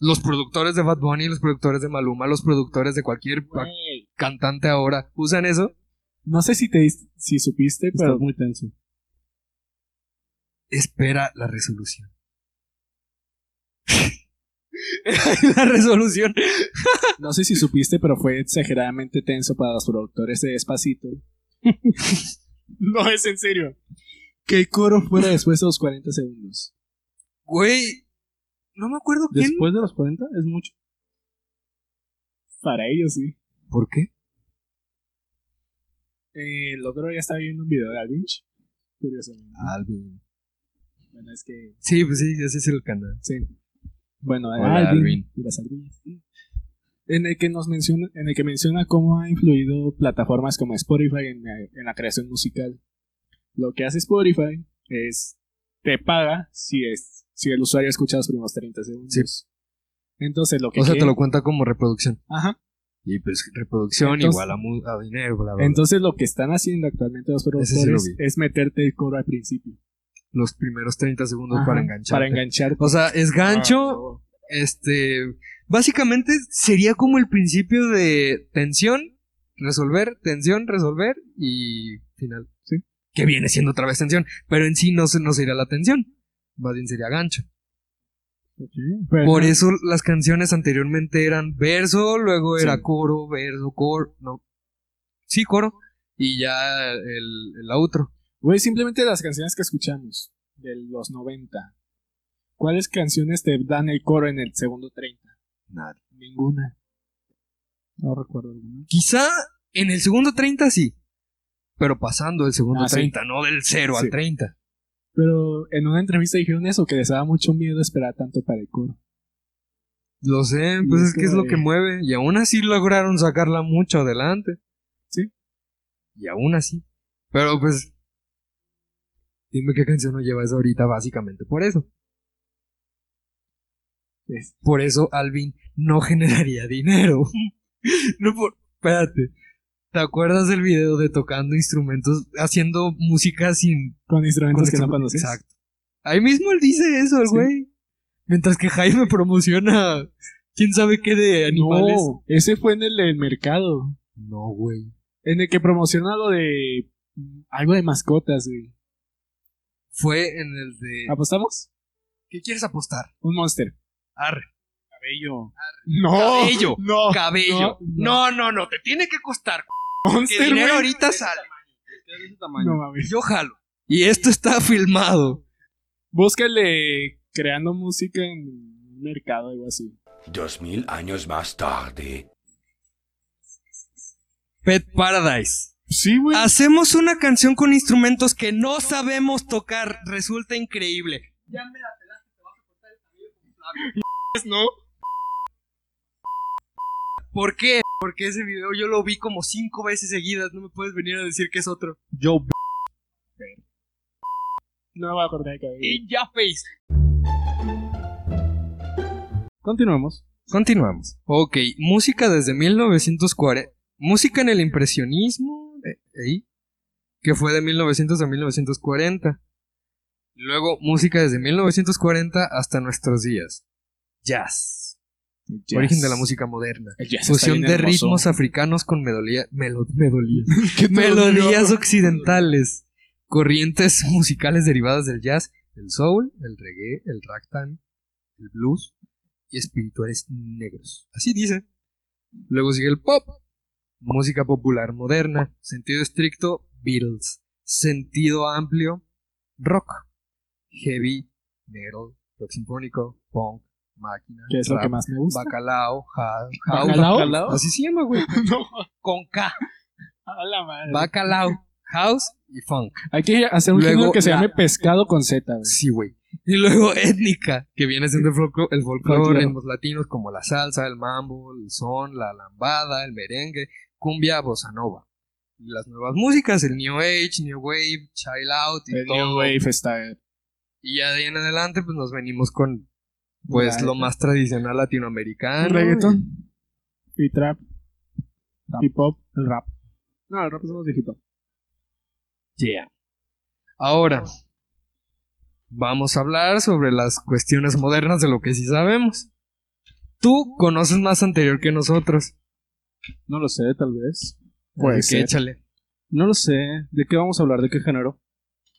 S3: Los productores de Bad Bunny, los productores de Maluma, los productores de cualquier pa- cantante ahora usan eso.
S2: No sé si te dist- si supiste,
S8: Estás
S2: pero
S8: muy tenso.
S3: Espera la resolución. la resolución.
S2: no sé si supiste, pero fue exageradamente tenso para los productores de Despacito. no es en serio. Que el coro fuera después de los 40 segundos.
S3: Güey, no me acuerdo quién.
S2: Después de los 40 es mucho. Para ellos sí.
S3: ¿Por qué?
S2: Eh, el otro ya estaba viendo un video de Alvinch. Curiosamente.
S3: Alvin.
S2: Ah, Bueno, es que.
S3: Sí, pues sí, ese es el canal.
S2: Sí. Bueno,
S3: Hola,
S2: Alvin
S3: Alvin.
S2: y las Alvinas. En el que nos menciona, en el que menciona cómo ha influido plataformas como Spotify en la, en la creación musical. Lo que hace Spotify es te paga si es si el usuario escucha los primeros 30 segundos. Entonces lo que
S3: O sea, te
S2: quiere-
S3: lo cuenta como reproducción.
S2: Ajá.
S3: Y pues reproducción
S2: Entonces-
S3: igual a, mu- a dinero, bla, bla, bla.
S2: Entonces lo que están haciendo actualmente los
S3: Ese sí lo
S2: productores
S3: vi.
S2: es meterte el coro al principio
S3: Los primeros 30 segundos
S2: Ajá,
S3: para enganchar.
S2: Para enganchar.
S3: O sea, es gancho,
S2: Ah,
S3: este... Básicamente sería como el principio de tensión, resolver, tensión, resolver y final. Sí. Que viene siendo otra vez tensión, pero en sí no, se- no sería la tensión. Más bien sería gancho.
S2: pero-
S3: Por eso las canciones anteriormente eran verso, luego
S2: Sí.
S3: era coro, verso, coro, no. Sí, coro. Y ya el, el outro.
S2: Güey, simplemente las canciones que escuchamos de los 90. ¿Cuáles canciones te dan el coro en el segundo 30?
S3: Nada.
S2: Ninguna. No recuerdo alguna.
S3: Quizá en el segundo 30 sí. Pero pasando el segundo
S2: Ah, sí.
S3: 30, no del 0
S2: Sí.
S3: al 30.
S2: Pero en una entrevista dijeron eso, que les daba mucho miedo esperar tanto para el coro.
S3: Lo sé,
S2: Y
S3: pues
S2: es
S3: es que es lo
S2: que-
S3: que mueve. Y aún así lograron sacarla mucho adelante.
S2: Sí.
S3: Y aún así. Pero pues. Dime qué canción no llevas ahorita, básicamente por eso.
S2: Es-
S3: Por eso Alvin no generaría dinero. no por. Espérate. ¿Te acuerdas del video de tocando instrumentos, haciendo música sin.
S2: Con instrumentos que no
S3: instru-
S2: conoces.
S3: Exacto. Ahí mismo él dice eso, el
S2: Sí.
S3: güey. Mientras que Jaime promociona. ¿Quién sabe qué de animales?
S2: No, ese fue en el del mercado.
S3: No, güey.
S2: En el que promociona lo de. Algo de mascotas, güey.
S3: Fue en el de.
S2: Ah. ¿Apostamos?
S3: ¿Qué quieres apostar?
S2: Un monster.
S3: Arre.
S2: Cabello. No.
S3: Cabello.
S2: No.
S3: Cabello.
S2: Oh. no.
S3: No, no, no, te tiene que costar. Que
S2: Monster,
S3: dinero
S2: güey.
S3: ahorita sale.
S2: No mames.
S3: Yo jalo. Y esto está filmado.
S2: Búscale creando música en un mercado, algo así.
S4: Dos mil años más tarde.
S3: Pet Paradise.
S2: Sí, güey.
S3: Hacemos una canción con instrumentos que no sabemos tocar. Resulta increíble. ¿Por qué? Porque ese video yo lo vi como cinco veces seguidas. No me puedes venir a decir que es otro.
S2: Yo. No me voy a cortar el cabello.
S3: In your face.
S2: Continuemos.
S3: Continuamos. Ok, música desde 1940. Música en el impresionismo, eh, ahí, que fue de 1900 a 1940. Luego, música desde 1940 hasta nuestros días. Jazz. Origen de la música moderna. Fusión de ritmos africanos con melodía- melo- melodías. melodías occidentales. Corrientes musicales derivadas del jazz, el soul, el reggae, el ragtime, el blues y espirituales negros. Así dice. Luego sigue el pop, Música popular moderna. Sentido estricto, Beatles. Sentido amplio, rock. Heavy, metal, rock sinfónico, punk, máquina.
S2: que es lo
S3: rap,
S2: que más me gusta.
S3: Bacalao, ja- house.
S2: ¿Bacalao?
S3: Así se llama, güey. Con K.
S2: A la madre.
S3: Bacalao, house y funk.
S2: Hay que hacer un
S3: Luego,
S2: género que se
S3: la-
S2: llame pescado con Z, güey.
S3: Sí, güey. Y luego étnica, que viene siendo el, folclo- el folclore,
S2: Folclore.
S3: ritmos latinos como la salsa, el mambo, el son, la lambada, el merengue, cumbia, bossa nova. Y las nuevas músicas, el new age, new wave, child out y
S2: El
S3: todo.
S2: New Wave está.
S3: Y ya de ahí en adelante pues nos venimos con pues
S2: La-
S3: lo más tradicional
S2: Ah,
S3: latinoamericano.
S2: Reggaeton. Y trap. Hip hop. El rap. No, el rap es más viejito.
S3: Yeah. Ahora, vamos a hablar sobre las cuestiones modernas de lo que sí sabemos. Tú conoces más anterior que nosotros.
S2: No lo sé, tal vez.
S3: Pues
S2: ser.
S3: échale.
S2: No lo sé. ¿De qué vamos a hablar? ¿De qué género?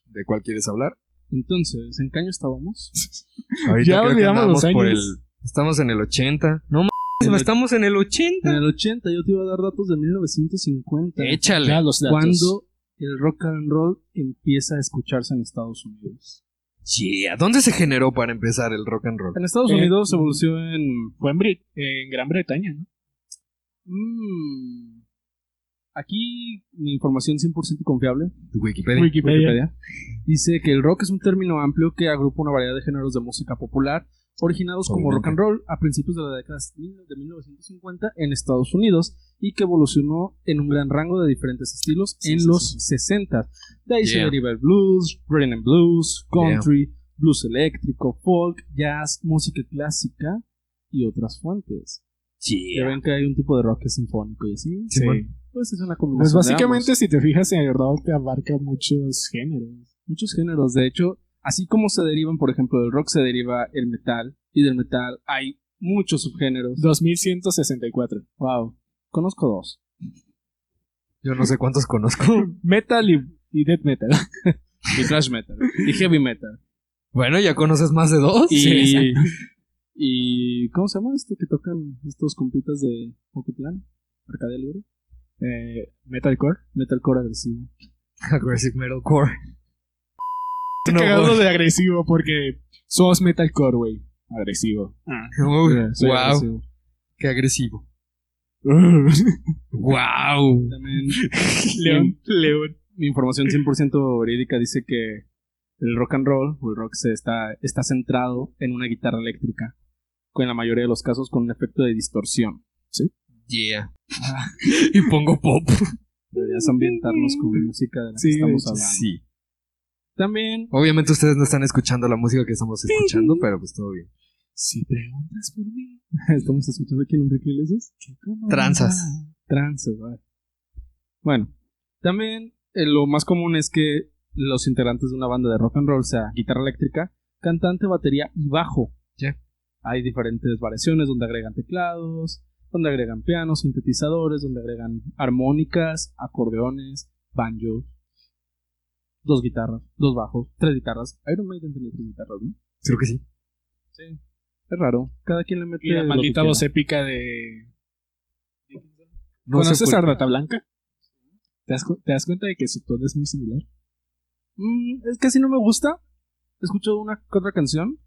S3: ¿De cuál quieres hablar?
S2: Entonces, ¿en qué año estábamos?
S3: Ahorita
S2: Ya
S3: creo que
S2: olvidamos los
S3: andamos por
S2: años.
S3: el- Estamos en el 80. No
S2: En
S3: mames,
S2: el-
S3: estamos en el
S2: en
S3: 80.
S2: el 80 yo te iba a dar datos de 1950.
S3: Échale.
S2: Ya, los datos.
S9: Cuando
S2: Cuando el rock and roll empieza a escucharse en Estados Unidos.
S3: Yeah. ¿Dónde se generó para empezar el rock and roll?
S2: En Estados
S9: Eh,
S2: Unidos evolucionó en... mm. Fue en, Brit- en Gran Bretaña, ¿no?
S9: Mm,
S2: Aquí, mi información 100% confiable.
S3: Wikipedia.
S2: Wikipedia. Dice que el rock es un término amplio que agrupa una variedad de géneros de música popular originados como rock
S3: Obviamente.
S2: and roll a principios de la década de 1950 en Estados Unidos y que evolucionó en un gran rango de diferentes estilos
S9: Sí,
S2: en
S9: sí,
S2: los 60. De ahí se
S3: Yeah.
S2: deriva el blues, rhythm and blues, country, blues eléctrico, folk, jazz, música clásica y otras fuentes. Ya ven que hay un tipo de rock que es sinfónico y así.
S3: Simón.
S2: Pues es una combinación.
S9: Pues
S2: de
S9: básicamente,
S2: ambos.
S9: si te fijas, en el rock te abarca muchos géneros.
S2: muchos géneros. De hecho, así como se derivan, por ejemplo, del rock se deriva el metal y del metal hay muchos subgéneros.
S9: 2164.
S2: Wow, conozco dos.
S3: Yo no sé cuántos conozco.
S2: Metal y, y death metal. y thrash metal. Y heavy metal.
S3: bueno, ya conoces más de dos.
S2: Y,
S3: Sí.
S2: y ¿cómo se llama este que tocan estos compitas de Ocotlán? Arcadia Libre.
S9: Eh, metalcore.
S2: Metalcore agresivo.
S3: Aggressive metalcore.
S9: Estoy
S3: No,
S9: cagado
S3: güey.
S9: de agresivo porque sos metalcore, güey. Agresivo.
S3: Uy,
S2: Soy
S3: wow,
S2: agresivo.
S3: qué agresivo. Wow.
S2: También
S9: León, León.
S2: mi información 100% verídica dice que el rock and roll o el rock se está, está centrado en una guitarra eléctrica, con la mayoría de los casos con un efecto de distorsión.
S3: Yeah. y pongo pop.
S2: Deberías ambientarnos con música de la
S9: Sí,
S2: que
S9: de
S2: estamos
S9: hecho,
S2: hablando.
S3: Sí.
S2: También,
S3: Obviamente ustedes no están escuchando la música que estamos escuchando, pero pues todo bien.
S9: Si preguntas por mí.
S2: estamos escuchando aquí en Enrique Iglesias,
S3: Tranzas.
S2: trances, ¿vale? Bueno, también eh, lo más común es que los integrantes de una banda de rock and roll sea guitarra eléctrica, cantante, batería y bajo.
S3: Ya.
S2: Hay diferentes variaciones donde agregan teclados, donde agregan pianos, sintetizadores, donde agregan armónicas, acordeones, banjo, dos guitarras, dos bajos, tres guitarras. Iron Maiden tenía tres guitarras, ¿no?
S3: Creo que sí.
S2: Es raro. Cada quien le mete.
S9: Y la
S2: lo que
S9: maldita
S2: quiera.
S9: voz épica de.
S3: No sé
S9: ¿Conoces
S3: por-
S9: a Rata Blanca? ¿Te das, cu- te das cuenta de que su tono es muy similar?
S2: Mm, es que así no me gusta. Escucho una que otra canción.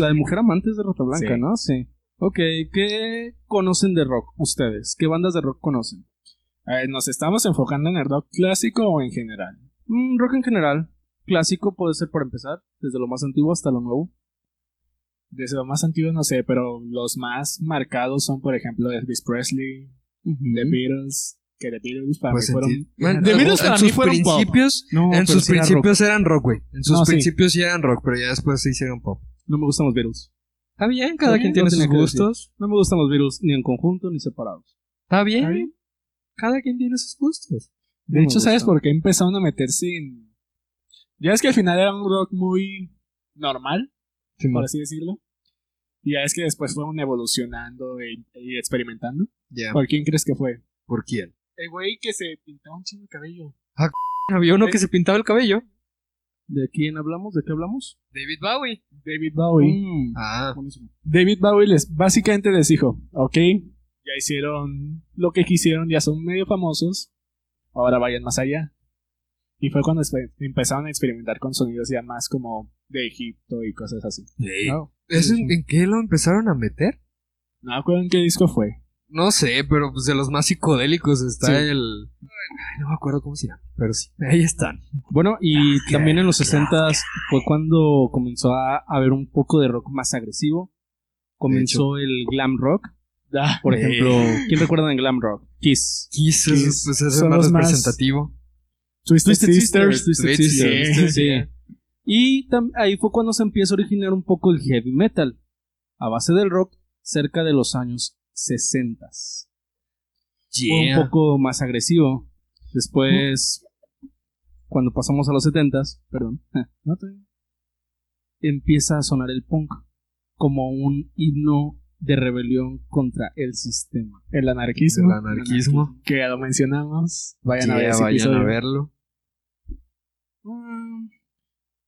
S2: La de Mujer Amante es de Rata Blanca,
S9: Sí.
S2: ¿no? Sí. Ok, ¿qué conocen de rock ustedes? ¿Qué bandas de rock conocen?
S9: A ver, ¿Nos estamos enfocando en el rock clásico o en general?
S2: Mm, rock en general. Clásico puede ser para empezar, desde lo más antiguo hasta lo nuevo.
S9: Desde lo más antiguo no sé, pero los más marcados son, por ejemplo, Elvis Presley, The Beatles, que The Beatles para
S3: Pues
S9: mí fueron...
S3: enti- Man,
S9: The Beatles
S3: en
S9: para mí
S3: sus
S9: fueron pop.
S3: principios,
S9: No,
S3: en
S9: pero
S3: sus
S9: sí era rock.
S3: principios eran rock, güey. En sus
S9: No, sí.
S3: principios sí eran rock, pero ya después se hicieron pop.
S2: No me gustan los Beatles.
S3: Está bien, cada quien
S2: Está bien,
S3: tiene
S2: no
S3: sus
S2: tenía que
S3: gustos.
S2: No me gustan los Beatles ni en conjunto ni separados.
S3: Está bien.
S9: Está bien.
S3: Cada quien tiene sus gustos.
S9: De
S2: No
S9: ¿Eh?
S2: me
S9: hecho, ¿sabes
S2: gusta.
S9: por qué empezaron a meterse en...? Ya es que al final era un rock muy normal, por así decirlo. Y ya es que después fueron evolucionando y, y experimentando.
S3: Ya.
S9: ¿Por quién crees que fue?
S3: ¿Por quién?
S9: El güey que se pintó un chingo de cabello.
S3: Había uno que se pintaba el cabello.
S2: ¿De quién hablamos? ¿De qué hablamos?
S3: David Bowie.
S9: David Bowie.
S2: Mm,
S3: Ah,
S9: David Bowie les básicamente les dijo, ok,
S10: ya hicieron lo que quisieron, ya son medio famosos, ahora vayan más allá. Y fue cuando espe- empezaron a experimentar con sonidos ya más como de Egipto y cosas así.
S3: No. ¿Eso en, en qué lo empezaron a meter?
S10: No me acuerdo en qué disco fue.
S3: No sé, pero pues de los más psicodélicos está
S10: Sí.
S3: el... Ay, no me acuerdo cómo se llama, pero sí, ahí están.
S2: Bueno, y también en los 60s fue cuando comenzó a haber un poco de rock más agresivo. Comenzó el glam rock. Por
S3: Eh.
S2: ejemplo, ¿quién recuerda en glam rock? Kiss.
S3: Kiss es,
S10: Kiss
S3: pues, es el
S10: son
S3: más
S10: los más-
S3: representativo.
S10: Twisted, Sisters.
S2: Twisted
S3: Twisted
S2: Sisters.
S3: Sisters,
S2: sí.
S3: yeah.
S2: Y tam- ahí fue cuando se empieza a originar un poco el heavy metal, a base del rock, cerca de los años 60. Fue un
S3: Yeah.
S2: poco más agresivo. Después, cuando pasamos a los 70, perdón, no te- empieza a sonar el punk como un himno de rebelión contra el sistema.
S10: El anarquismo.
S3: El anarquismo.
S10: Que ya lo mencionamos. Vayan a ver
S3: Yeah,
S10: ese
S3: vayan a
S10: episodio.
S3: verlo.
S2: Mm,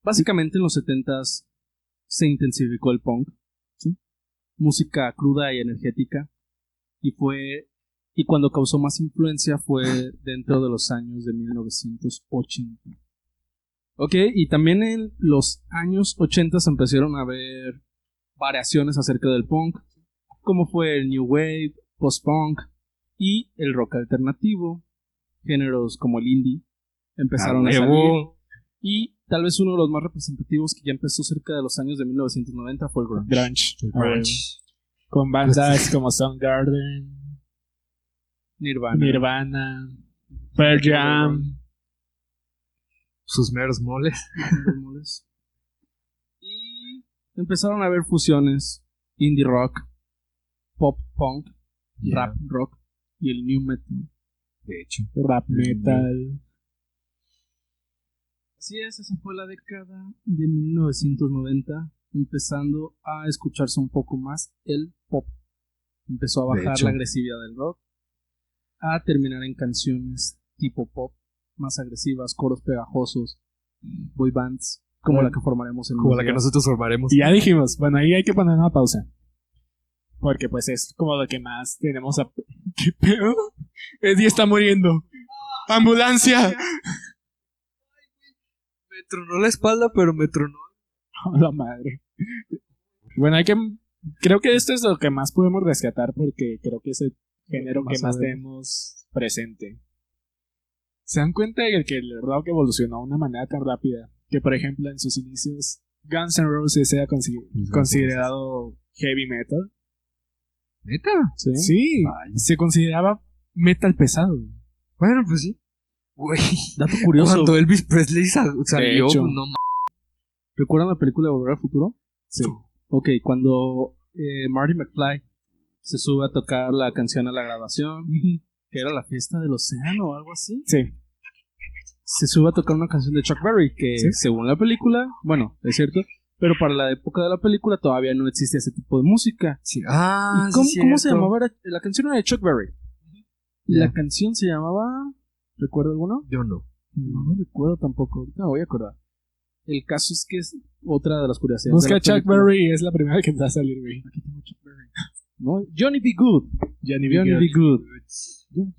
S2: Básicamente en los 70 se intensificó el punk, ¿sí? música cruda y energética, y fue y cuando causó más influencia fue dentro de los años de 1980. Ok, y también en los años 80 se empezaron a ver variaciones acerca del punk, como fue el new wave, post-punk y el rock alternativo, géneros como el indie empezaron a, salir. Y tal vez uno de los más representativos que ya empezó cerca de los años de 1990 fue el grunge.
S10: Grunge. Con bandas como Soundgarden,
S2: Nirvana.
S10: Nirvana, Pearl Jam.
S3: Sus meros moles.
S2: rumores. Y empezaron a haber fusiones indie rock, pop punk, rap rock y el new metal.
S3: De hecho.
S10: Rap metal.
S2: Así es, esa fue la década de 1990, empezando a escucharse un poco más el pop. Empezó a
S3: De
S2: bajar
S3: hecho.
S2: la agresividad del rock, a terminar en canciones tipo pop, más agresivas, coros pegajosos, boy bands, como la que formaremos en
S3: Como
S2: unos
S3: la que
S2: días.
S3: nosotros formaremos.
S10: Y ya dijimos, bueno, ahí hay que poner una pausa. Porque pues es como lo que más tenemos a... ¿Qué pedo? Eddie está muriendo. ¡Ambulancia!
S3: Me tronó la espalda, pero me tronó.
S10: A la madre. Bueno, hay que... Creo que esto es lo que más podemos rescatar porque creo que es el género que
S3: Más
S10: más
S3: sabemos.
S10: tenemos presente. ¿Se dan cuenta de que el rock evolucionó de una manera tan rápida que, por ejemplo, en sus inicios Guns N' Roses era consi-
S3: N'
S10: considerado heavy metal?
S3: ¿Neta?
S10: Sí, se consideraba metal pesado.
S3: Bueno, pues sí. Güey.
S2: Dato curioso,
S3: Cuando Elvis Presley sa- salió,
S10: hecho.
S3: pues, no mames.
S2: ¿recuerdan la película Volver al Futuro?
S10: Sí.
S2: Ok, cuando eh, Marty McFly se sube a tocar la canción a la grabación, que era la fiesta del océano o algo así.
S10: Sí.
S2: se sube a tocar una canción de Chuck Berry que
S10: Sí.
S2: según la película, bueno, es cierto, pero para la época de la película todavía no existe ese tipo de música.
S3: Ah,
S2: ¿Y
S3: sí,
S2: cómo, cómo se
S3: cierto.
S2: llamaba? La, la canción era de Chuck Berry. Y
S3: Ya.
S2: La canción se llamaba... ¿Recuerdo alguno?
S3: Yo no.
S2: No recuerdo tampoco, ahorita me voy a acordar. El caso es que es otra de las curiosidades. de
S10: Busca
S2: la
S10: Chuck
S2: película.
S10: Berry, es la primera que te va a salir, güey.
S2: No, Johnny B. Good.
S10: Johnny B.
S2: Johnny
S10: Good.
S2: B. Good.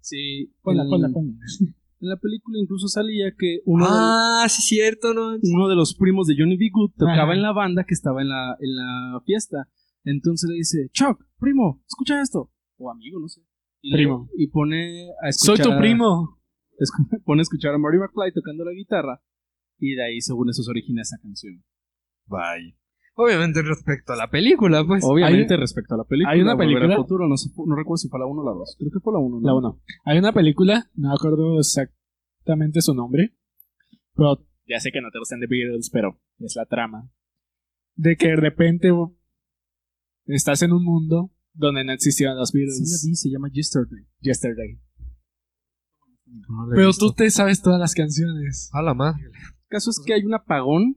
S2: Sí,
S10: Ponla,
S2: en-
S10: ponla, ponla.
S2: En la película incluso salía que uno de-
S3: Ah, sí, cierto, no.
S2: uno de los primos de Johnny B. Good tocaba
S10: Ajá.
S2: en la banda que estaba en la, en la fiesta. Entonces le dice, Chuck, primo, escucha esto. O amigo, no sé. Y le-
S10: Primo.
S2: y pone a
S10: Soy
S2: escuchar.
S10: tu
S2: a-
S10: primo.
S2: es- pone a escuchar a Marty McFly tocando la guitarra. Y de ahí, según eso, se origina esa canción.
S3: Bye. Obviamente respecto a la película, pues.
S2: Obviamente, respecto a la película.
S10: hay una
S2: Volver al
S10: película-
S2: futuro, no, sé- no recuerdo si fue la 1 o la 2. Creo que fue la 1.
S10: La 1. Hay una película, no me acuerdo exactamente su nombre, pero ya sé que no te gustan The Beatles, pero es la trama. De que de repente bo, estás en un mundo donde no existían los
S2: Sí,
S10: Beatles.
S2: la vi, se llama Yesterday.
S10: Yesterday.
S3: No la he
S10: Pero
S3: visto.
S10: tú te sabes todas las canciones.
S3: A la madre.
S2: El caso es que hay un apagón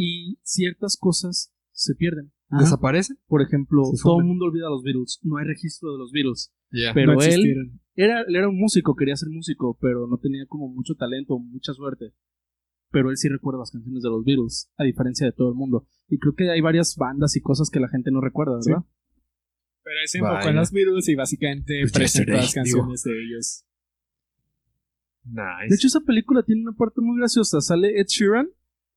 S2: y ciertas cosas se pierden.
S3: ¿Desaparece?
S2: Por ejemplo,
S3: Se
S2: todo el
S3: suben.
S2: mundo olvida a los Beatles. No hay registro de los Beatles.
S3: Ya.
S2: Pero
S10: No
S2: él
S10: existieron.
S2: era, él era un músico, quería ser músico, pero no tenía como mucho talento, mucha suerte. Pero él sí recuerda las canciones de los Beatles, a diferencia de todo el mundo. Y creo que hay varias bandas y cosas que la gente no recuerda, ¿verdad?
S11: Pero ahí se enfocó
S3: Vaya.
S11: en los Beatles y básicamente
S3: Pues
S11: presentó
S3: yesterday,
S11: las canciones de ellos.
S3: Nice.
S2: De hecho, esa película tiene una parte muy graciosa. Sale Ed Sheeran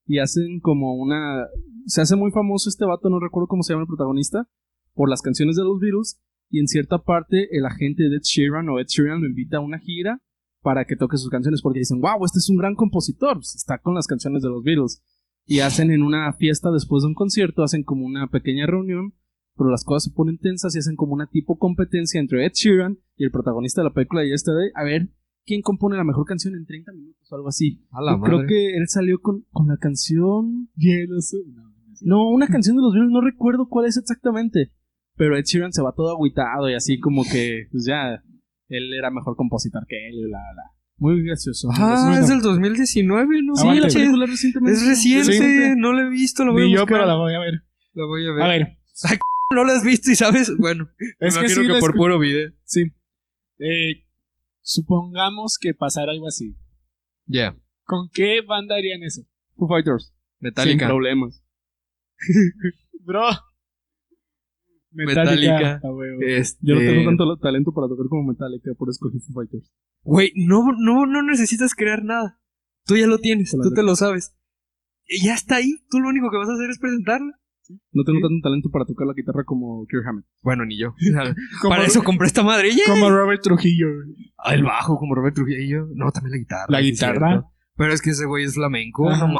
S2: y hacen como una. Se hace muy famoso este vato, no recuerdo cómo se llama el protagonista, por las canciones de los Beatles. Y en cierta parte, el agente de Ed Sheeran o Ed Sheeran lo invita a una gira para que toque sus canciones porque dicen, wow, este es un gran compositor, pues, está con las canciones de los Beatles. Y hacen en una fiesta después de un concierto, hacen como una pequeña reunión, pero las cosas se ponen tensas y hacen como una tipo competencia entre Ed Sheeran y el protagonista de la película Yesterday a ver quién compone la mejor canción en 30 minutos o algo así.
S3: A la
S2: Yo creo
S3: madre.
S2: que él salió con, con la canción...
S11: Hielo azul. No, no sé.
S2: No, una canción de los Beatles, no recuerdo cuál es exactamente. Pero Ed Sheeran se va todo agüitado y así como que, pues ya, él era mejor compositor que él y bla, bla. Muy gracioso.
S3: Ah, es del 2019, no
S11: Ah, vale,
S3: manches.
S11: película
S3: Es reciente, no la he visto, la voy
S11: Ni
S3: a
S11: yo,
S3: buscar.
S11: pero la voy a ver.
S3: La voy a ver.
S11: A ver,
S3: No la has visto y sabes, bueno,
S11: es
S3: me
S11: que
S3: imagino
S11: sí,
S3: que,
S11: la
S3: por
S11: escu-
S3: puro video.
S11: sí. Eh, supongamos que pasara algo así.
S3: Ya.
S11: ¿Con qué banda harían eso?
S2: Foo Fighters.
S3: Metallica.
S2: Sin problemas.
S11: Bro.
S3: Metallica.
S11: Ah, huevo.
S3: Este,
S2: Yo no tengo tanto talento para tocar como Metallica, por escogí Foo Fighters.
S3: Güey, no, no, no necesitas crear nada. Tú ya lo tienes,
S2: Claro.
S3: tú te lo sabes. Y Ya está ahí, tú lo único que vas a hacer es presentarla.
S2: No tengo tanto talento para tocar la guitarra como Kirk Hammett.
S3: Bueno, ni yo.
S11: Como-
S3: Para eso compré esta madre. ¡yay!
S11: Como Robert Trujillo. güey.
S3: Ah, el bajo, como Robert Trujillo. No, también la guitarra.
S11: La
S3: sí es
S11: guitarra.
S3: cierto. Pero es que ese güey es flamenco.
S11: Ajá.
S3: no ma-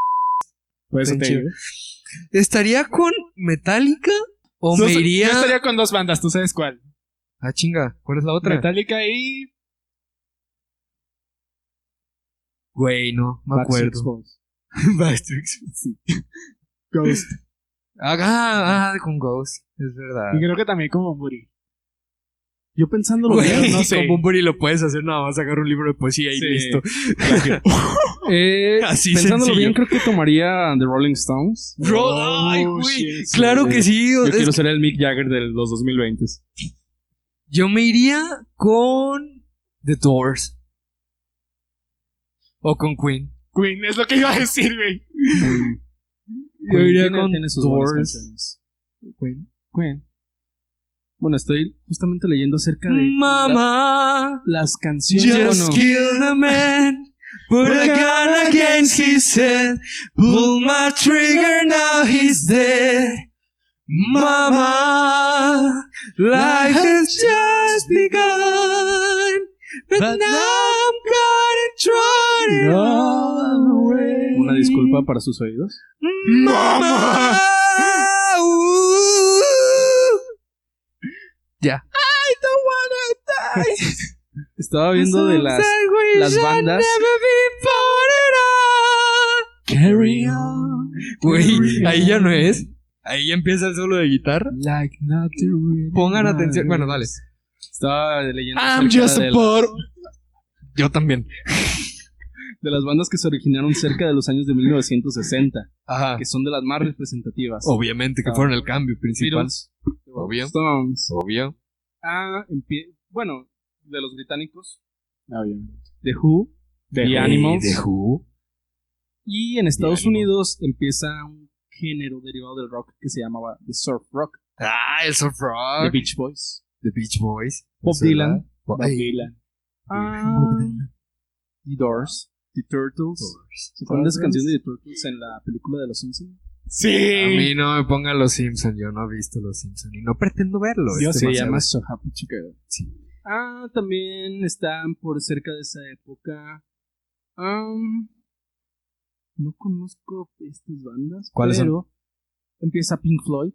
S11: Por eso te
S3: Pinche-
S11: digo.
S3: ¿Estaría con Metallica? ¿O
S11: Yo
S3: me
S11: soy-
S3: iría...?
S11: Yo estaría con dos bandas, tú sabes cuál.
S3: Ah, chinga. ¿Cuál es la otra?
S11: Metallica y.
S3: Güey, no, me
S11: Backstreet
S3: acuerdo.
S11: Boys.
S3: Backstreet
S11: Sí. Ghost.
S3: Ah, ah, ah, con Ghost. Es verdad.
S11: Y creo que también como Muri.
S2: Yo pensando lo
S3: Güey,
S11: no sé.
S3: con Bunbury lo puedes hacer nada más, sacar un libro de poesía y
S11: Sí.
S3: listo.
S2: Eh,
S3: Así
S2: pensándolo
S3: sencillo.
S2: bien, creo que tomaría The Rolling Stones.
S3: Bro,
S11: Oh,
S3: ay, güey.
S11: shit, sí,
S3: claro
S2: güey.
S3: que sí.
S2: Yo
S3: es-
S2: quiero ser el Mick Jagger de los 2020.
S3: yo me iría con The Doors. O con Queen.
S11: Queen, es lo que iba a decir, güey.
S3: Yo iría
S2: tiene-
S3: con
S2: tiene sus buenas
S3: Doors.
S2: canciones.
S3: Queen.
S2: Güey. Bueno, estoy justamente leyendo acerca de
S3: Mamá.
S2: las canciones.
S3: Just
S2: Bueno,
S3: kill the man. Put a gun against his head. Pull my trigger, now he's dead. Mama, life has just begun. But now I'm gonna try it all away.
S2: Una disculpa para sus oídos.
S3: Mama. ooh. Ya. I don't wanna die.
S2: Estaba viendo de las las bandas.
S11: Carry
S3: on. Güey, ahí ya no es. Ahí ya empieza el solo de guitarra.
S11: Like nothing.
S3: Pongan atención. Bueno, dale.
S2: Estaba leyendo
S11: I'm
S2: acerca
S11: just
S2: de,
S11: a
S2: la-
S11: poor.
S3: Yo también.
S2: de las bandas que se originaron cerca de los años de 1960,
S3: Ajá.
S2: que son de las más representativas.
S3: Obviamente
S2: Ah.
S3: que fueron el cambio principal.
S2: Beatles,
S3: Obvio.
S2: Stones,
S3: Obvio.
S2: Ah, empie- bueno, de los británicos,
S11: Ah, bien.
S2: de Who y Animals.
S3: Eh, Who.
S2: Y en Estados
S3: The Animals.
S2: Unidos empieza un género derivado del rock que se llamaba The Surf Rock,
S3: Ah, el surf
S2: The
S3: rock.
S2: Beach Boys,
S3: The Beach Boys.
S2: Bob
S3: Eso era-
S2: Dylan,
S3: Bob-
S2: Bob
S3: Ey,
S2: Dylan, Ah.
S3: Bob Dylan.
S2: The Doors, The Turtles. ¿Se acuerdan de esa canción de The Turtles en la película de los Simpsons?
S3: A
S11: Sí.
S3: mí no me pongan los Simpsons. Yo no he visto los Simpsons. Y no pretendo verlos.
S2: Yo
S3: Es
S2: se
S3: demasiado.
S2: llama So Happy Chicago. Ah, también están por cerca de esa época. am, no conozco estas bandas,
S3: ¿Cuáles son?
S2: pero empieza Pink Floyd.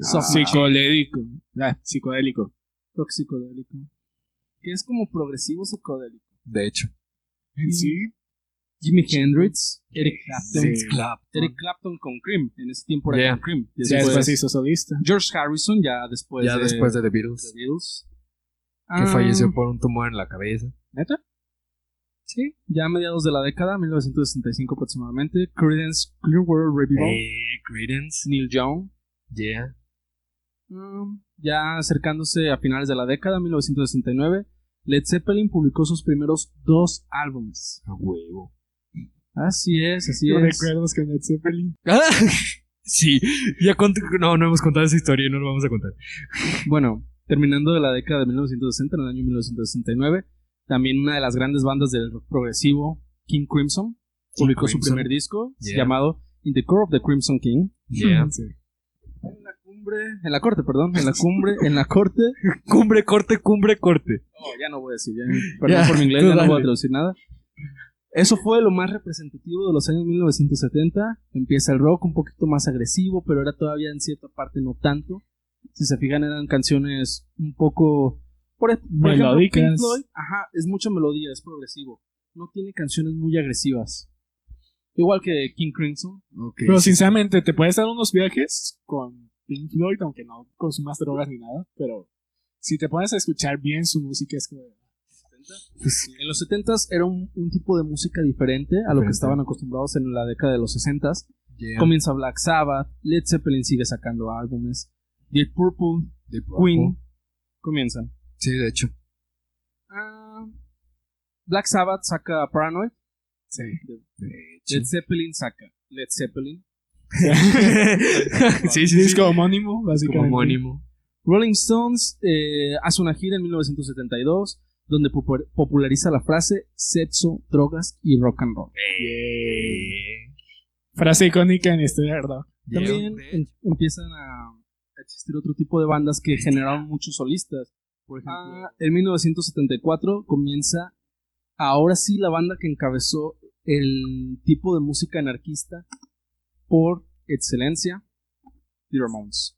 S2: Soft
S11: Psicolédico. Ah, psicodélico.
S2: rock psicodélico. Que es como progresivo psicodélico.
S3: De hecho.
S11: Sí.
S2: Jimi Hendrix, Eric Clapton.
S3: Sí.
S2: Eric Clapton con Cream. En ese tiempo era
S3: Yeah.
S2: con Cream.
S11: Ya después
S2: Después,
S11: se hizo solista.
S2: George Harrison, ya después
S3: Ya
S2: de,
S3: después de The
S2: The
S3: Beatles.
S2: Beatles.
S3: Que
S2: Ah,
S3: falleció por un tumor en la cabeza.
S2: Sí, ya a mediados de la década, 1965 aproximadamente, Creedence Clearwater Revival,
S3: Hey, Eh, Credence.
S2: Neil Young,
S3: Yeah.
S2: mm, ya acercándose a finales de la década, 1969, Led Zeppelin publicó sus primeros dos álbumes.
S3: A huevo.
S2: Así es, así
S11: ¿No
S2: es.
S11: recuerdas con Led Zeppelin?
S3: sí. Ya cont- No, no hemos contado esa historia y no lo vamos a contar.
S2: Bueno, Terminando la década de 1960, en el año 1969, también una de las grandes bandas del rock progresivo, King Crimson, publicó su
S3: Crimson.
S2: primer disco
S3: Yeah.
S2: llamado In the Core of the Crimson King.
S3: Yeah.
S2: En la cumbre, en la corte, perdón, en la cumbre, en la corte.
S3: Cumbre, corte, cumbre, corte.
S2: Oh, ya no voy a decir, ya, perdón por mi inglés,
S3: tú
S2: ya no voy
S3: dale.
S2: a traducir nada. Eso fue lo más representativo de los años 1970. Empieza el rock un poquito más agresivo, pero era todavía en cierta parte no tanto. Si se fijan, eran canciones un poco. Por, ej- por ejemplo, Pink
S12: Melódicas.
S2: Floyd, ajá, es mucha melodía, es progresivo. No tiene canciones muy agresivas. Igual que King Crimson.
S12: Pero sinceramente, te puedes dar unos viajes con Pink Floyd, aunque no consumas drogas ni nada, pero si te pones a escuchar bien su música, es como...
S2: pues, En los 70s era un, un tipo de música diferente a lo que
S3: Diferente.
S2: estaban acostumbrados en la década de los 60s. Comienza Black Sabbath, Led Zeppelin sigue sacando álbumes, Deep Purple, Queen comienzan.
S3: Sí, de hecho.
S2: Ah, Black Sabbath saca Paranoid,
S12: Sí.
S2: Led Zeppelin saca Led Zeppelin,
S12: sí, sí, disco homónimo, básicamente.
S2: Rolling Stones eh, hace una gira en 1972 donde popu- populariza la frase sexo, drogas y rock and roll.
S12: Yeah. Frase icónica en este, ¿verdad?
S2: También em- empiezan a a existir otro tipo de bandas que generaron muchos solistas. Por ejemplo, en 1974 comienza, ahora sí, la banda que encabezó el tipo de música anarquista por excelencia, The Ramones.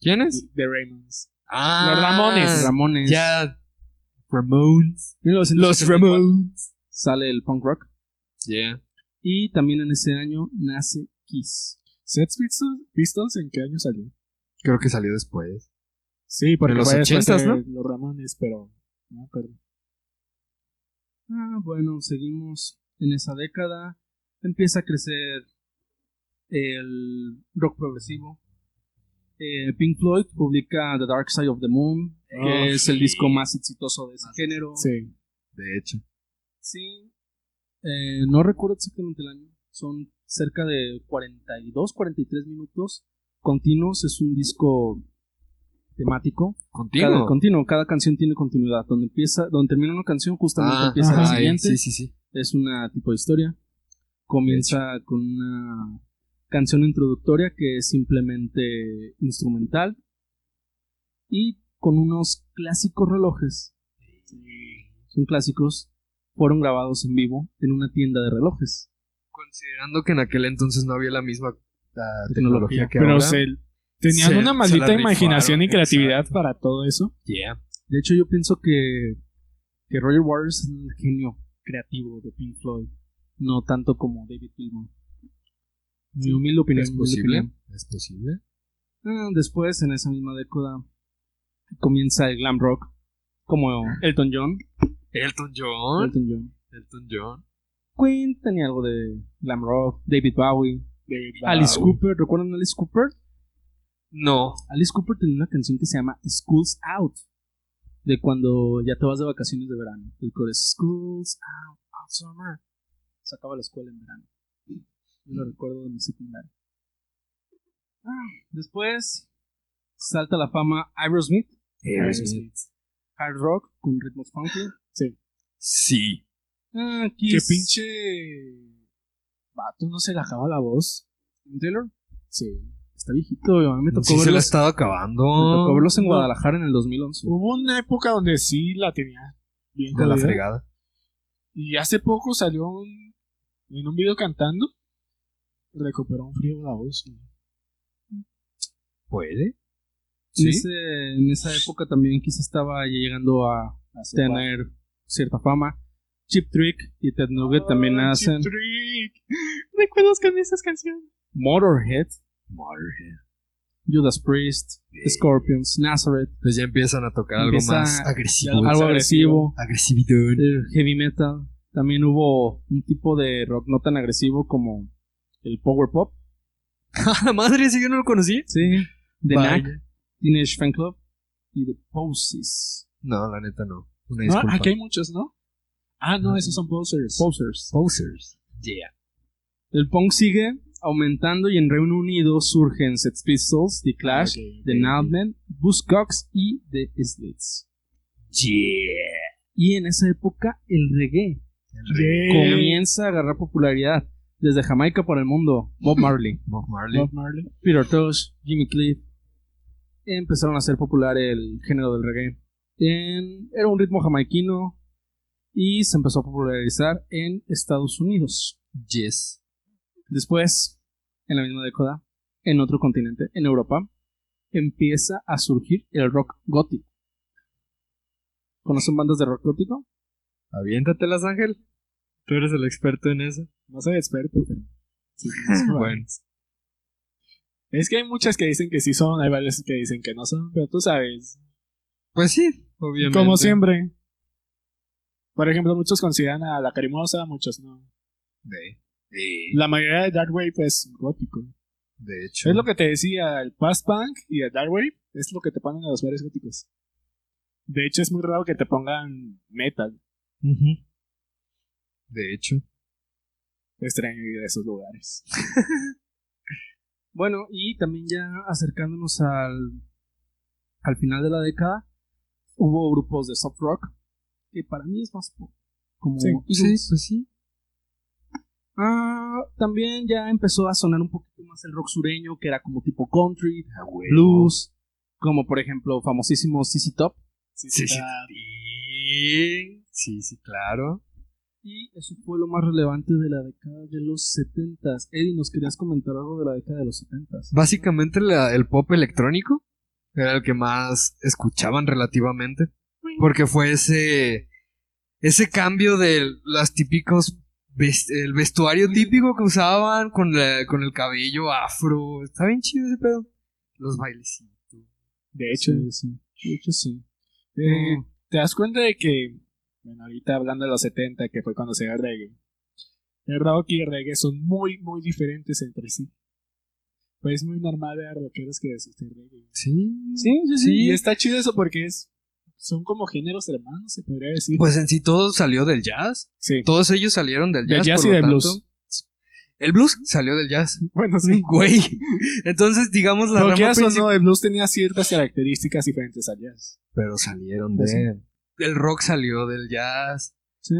S3: ¿Quién es?
S12: The Raymonds.
S3: Ah,
S12: Los Ramones.
S2: Ramones.
S3: Ya. Ramones.
S2: 1974 Sale el punk rock.
S3: Yeah.
S2: Y también en ese año nace Kiss.
S12: ¿Sex Pistols, Pistols en qué año salió?
S3: Creo que salió después.
S12: Sí, porque
S3: En los
S12: fue después
S3: 80s,
S12: de
S3: ¿no?
S12: Los Ramones, pero... No, pero
S2: Ah, bueno, seguimos en esa década. Empieza a crecer el rock progresivo. Eh, Pink Floyd publica The Dark Side of the Moon, que
S12: Oh,
S2: es el disco más exitoso de ese género.
S12: sí.
S3: De hecho.
S2: Sí. Eh, no recuerdo exactamente el año. Son cerca de 42, 43 minutos continuos. Es un disco temático. Cada,
S3: Contigo.
S2: continuo, cada canción tiene continuidad. Donde empieza, donde termina una canción, justamente
S3: Ah,
S2: empieza la
S3: ajá,
S2: siguiente
S3: sí, sí, sí.
S2: es una tipo de historia. Comienza con una canción introductoria que es simplemente instrumental y con unos clásicos relojes. Son clásicos, fueron grabados en vivo en una tienda de relojes.
S3: Considerando que en aquel entonces no había la misma ah, tecnología
S2: Tecnología.
S3: que
S12: Pero
S3: ahora.
S12: se, tenían
S3: se-
S12: una
S3: se
S12: maldita
S3: la rifaron,
S12: imaginación y creatividad
S3: exacto.
S12: para todo eso.
S3: Yeah.
S2: De hecho, yo pienso que, que Roger Waters es el genio creativo de Pink Floyd, no tanto como David Gilmour. Mi humilde opinión.
S3: Es
S2: mi humilde opinión.
S3: posible. Es posible.
S2: Ah, Después, en esa misma década, comienza el glam rock, como Elton John.
S3: Elton John.
S2: Elton John.
S3: Elton John.
S2: Queen tenía algo de glam rock, David Bowie, Alice Cooper. ¿Recuerdan a Alice Cooper?
S3: No.
S2: Alice Cooper tenía una canción que se llama Schools Out, de cuando ya te vas de vacaciones de verano. El coro es Schools Out, Out Summer. Se acaba la escuela en verano. Yo lo recuerdo de mi secundaria. Ah, después salta la fama Aerosmith.
S3: Aerosmith.
S2: hard rock con ritmos funky.
S3: Sí.
S2: Ah,
S12: Qué
S2: Kiss.
S12: pinche... Vato, no se le acaba la voz.
S2: Taylor? Sí, está viejito. A mí me tocó,
S3: Sí, se la
S2: verlos,
S3: estaba acabando.
S2: me tocó verlos en Guadalajara en el 2011.
S12: Oh, Hubo una época donde sí la tenía bien
S3: De la
S12: jodida.
S3: fregada.
S12: Y hace poco salió un- en un video cantando. Recuperó un frío la voz.
S3: ¿Puede?
S2: En, ese- en esa época también quizá estaba ya llegando a tener cierta fama. Chip Trick y Ted Nugget
S12: Ah,
S2: también hacen.
S12: ¿Recuerdas con esas canciones?
S2: Motorhead,
S3: Motorhead.
S2: Judas Priest, Scorpions, Nazareth,
S3: Pues ya empiezan a tocar
S2: Empieza
S3: algo más agresivo.
S2: algo agresivo.
S3: Agresividad.
S2: el heavy metal. También hubo un tipo de rock no tan agresivo como el power pop.
S3: ¡A la madre! Si yo no lo conocí.
S2: Sí. The
S3: Vaya.
S2: Knack, Teenage Fan Club y The Poses.
S3: No, la neta no. Una
S12: No,
S3: disculpa.
S12: Ah, aquí hay muchos, ¿no?
S2: Ah,
S12: Ah, no, esos son posers.
S2: Posers.
S3: Posers. Yeah.
S2: El punk sigue aumentando y en Reino Unido surgen Sex Pistols, The Clash,
S12: Ok,
S2: The Nutmen, Buzzcocks y The Slits. Y en esa época el reggae comienza a agarrar popularidad desde Jamaica por el mundo. Bob Marley,
S3: Bob Marley.
S12: Bob Marley.
S2: Peter Tosh, Jimmy Cliff empezaron a ser popular el género del reggae. En- era un ritmo jamaiquino y se empezó a popularizar en Estados Unidos. Yes. Después, en la misma década, en otro continente, en Europa, empieza a surgir el rock gótico. ¿Conocen bandas de rock gótico?
S3: Aviéntatelas, Ángel. Tú eres el experto en eso.
S12: No soy experto, pero. sí, sí,
S3: Bueno.
S12: Es que hay muchas que dicen que sí son, hay varias que dicen que no son, pero tú sabes.
S3: Pues sí, obviamente.
S12: Como siempre. Por ejemplo, muchos consideran a La Carimosa, muchos no.
S3: De,
S12: La mayoría de Dark Wave es gótico.
S3: de hecho.
S12: Es lo que te decía, el Past Punk y el Dark Wave es lo que te ponen a los bares góticos. De hecho, es muy raro que te pongan metal.
S3: Ujú. De hecho.
S12: Extraño ir a esos lugares.
S2: Bueno, y también ya acercándonos al, al final de la década, hubo grupos de soft rock, que para mí es más pop, como
S12: Sí,
S2: Eagles.
S3: pues
S2: Ah, también ya empezó a sonar un poquito más el rock sureño, que era como tipo country, blues, como por ejemplo famosísimo CC Top.
S12: Sí,
S3: Sí, sí.
S12: está-
S3: Sí, sí, sí, claro.
S2: Y eso fue lo más relevante de la década de los 70s. Eddie, ¿nos querías comentar algo de la década de los 70s?
S3: Básicamente la- el pop electrónico era el que más escuchaban relativamente. Porque fue ese, ese cambio de las típicos ves- el vestuario típico que usaban con, la- con el cabello afro. Está bien chido ese pedo. Los bailes.
S12: De hecho, sí. De hecho, sí. Eh, ¿Te das cuenta de que, bueno, ahorita hablando de los 70, que fue cuando se dio el reggae, el rock y el reggae son muy, muy diferentes entre sí? Pues es muy normal ver rockeros que escuchan reggae.
S3: Sí.
S12: Sí, sí,
S3: sí.
S12: Y está chido eso porque es, son como géneros hermanos, se podría decir.
S3: Pues en sí todo salió del jazz.
S12: sí.
S3: Todos ellos salieron del jazz.
S12: Del jazz
S3: por
S12: y
S3: lo
S12: del blues.
S3: tanto, El blues salió del jazz.
S12: Bueno, sí.
S3: Güey. Entonces, digamos, la
S12: Lo que
S3: rama
S12: o
S3: principal-
S12: no, el blues tenía ciertas características diferentes al jazz.
S3: Pero salieron
S12: Pues sí.
S3: de... El rock salió del jazz.
S12: Sí.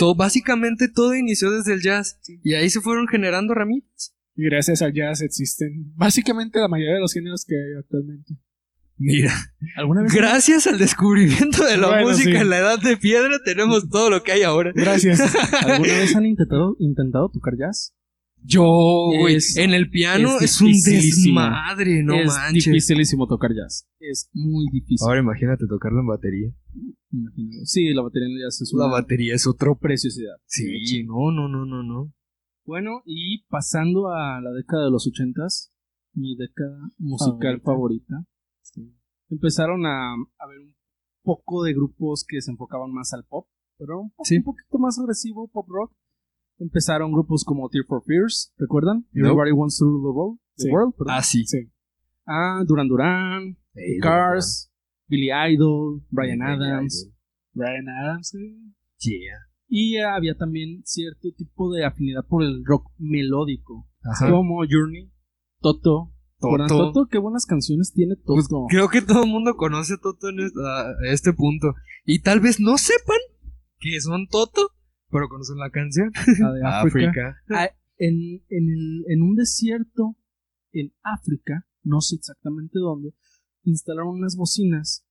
S3: Todo, básicamente todo inició desde el jazz. Y ahí se fueron generando ramitas.
S12: Y gracias al jazz existen básicamente la mayoría de los géneros que hay actualmente.
S3: Mira,
S12: ¿Alguna vez?
S3: gracias al descubrimiento de la
S12: Bueno,
S3: música
S12: sí.
S3: en la edad de piedra tenemos todo lo que hay ahora.
S12: Gracias.
S2: ¿Alguna vez han intentado, intentado tocar jazz?
S3: Yo, güey,
S2: Es-
S3: en el piano
S2: es
S3: es, un
S2: dificilísimo.
S3: desmadre, no
S2: es
S3: manches.
S2: dificilísimo tocar jazz. Es muy difícil.
S3: Ahora imagínate tocarlo en batería.
S2: imagino. Sí, la batería en jazz es
S3: La
S2: una
S3: batería es otro pre...
S2: preciosidad. de hecho.
S3: Sí, no, no, no, no, no.
S2: Bueno, y pasando a la década de los ochentas, mi década musical favorita, empezaron a, a ver un poco de grupos que se enfocaban más al pop, pero un, po- un poquito más agresivo, pop rock. Empezaron grupos como Tear for Fears, ¿recuerdan?
S3: Nope.
S2: Everybody Wants to Rule the World. the
S12: Sí.
S2: world, perdón.
S3: Ah, sí.
S2: Ah, Duran Duran,
S3: Eh,
S2: Cars, Billy Idol, Brian
S3: Billy
S2: Adams.
S12: Brian Adams, sí.
S3: Yeah.
S2: Y había también cierto tipo de afinidad por el rock melódico,
S3: Ajá.
S2: como Journey, Toto. Toto. Pues,
S3: Toto.
S2: Toto, qué buenas canciones tiene Toto.
S3: Creo que todo el mundo conoce a Toto en esta- a este punto. Y tal vez no sepan que son Toto, pero conocen la canción.
S2: La de Ah, África. En, en el- en un desierto en África, no sé exactamente dónde, instalaron unas bocinas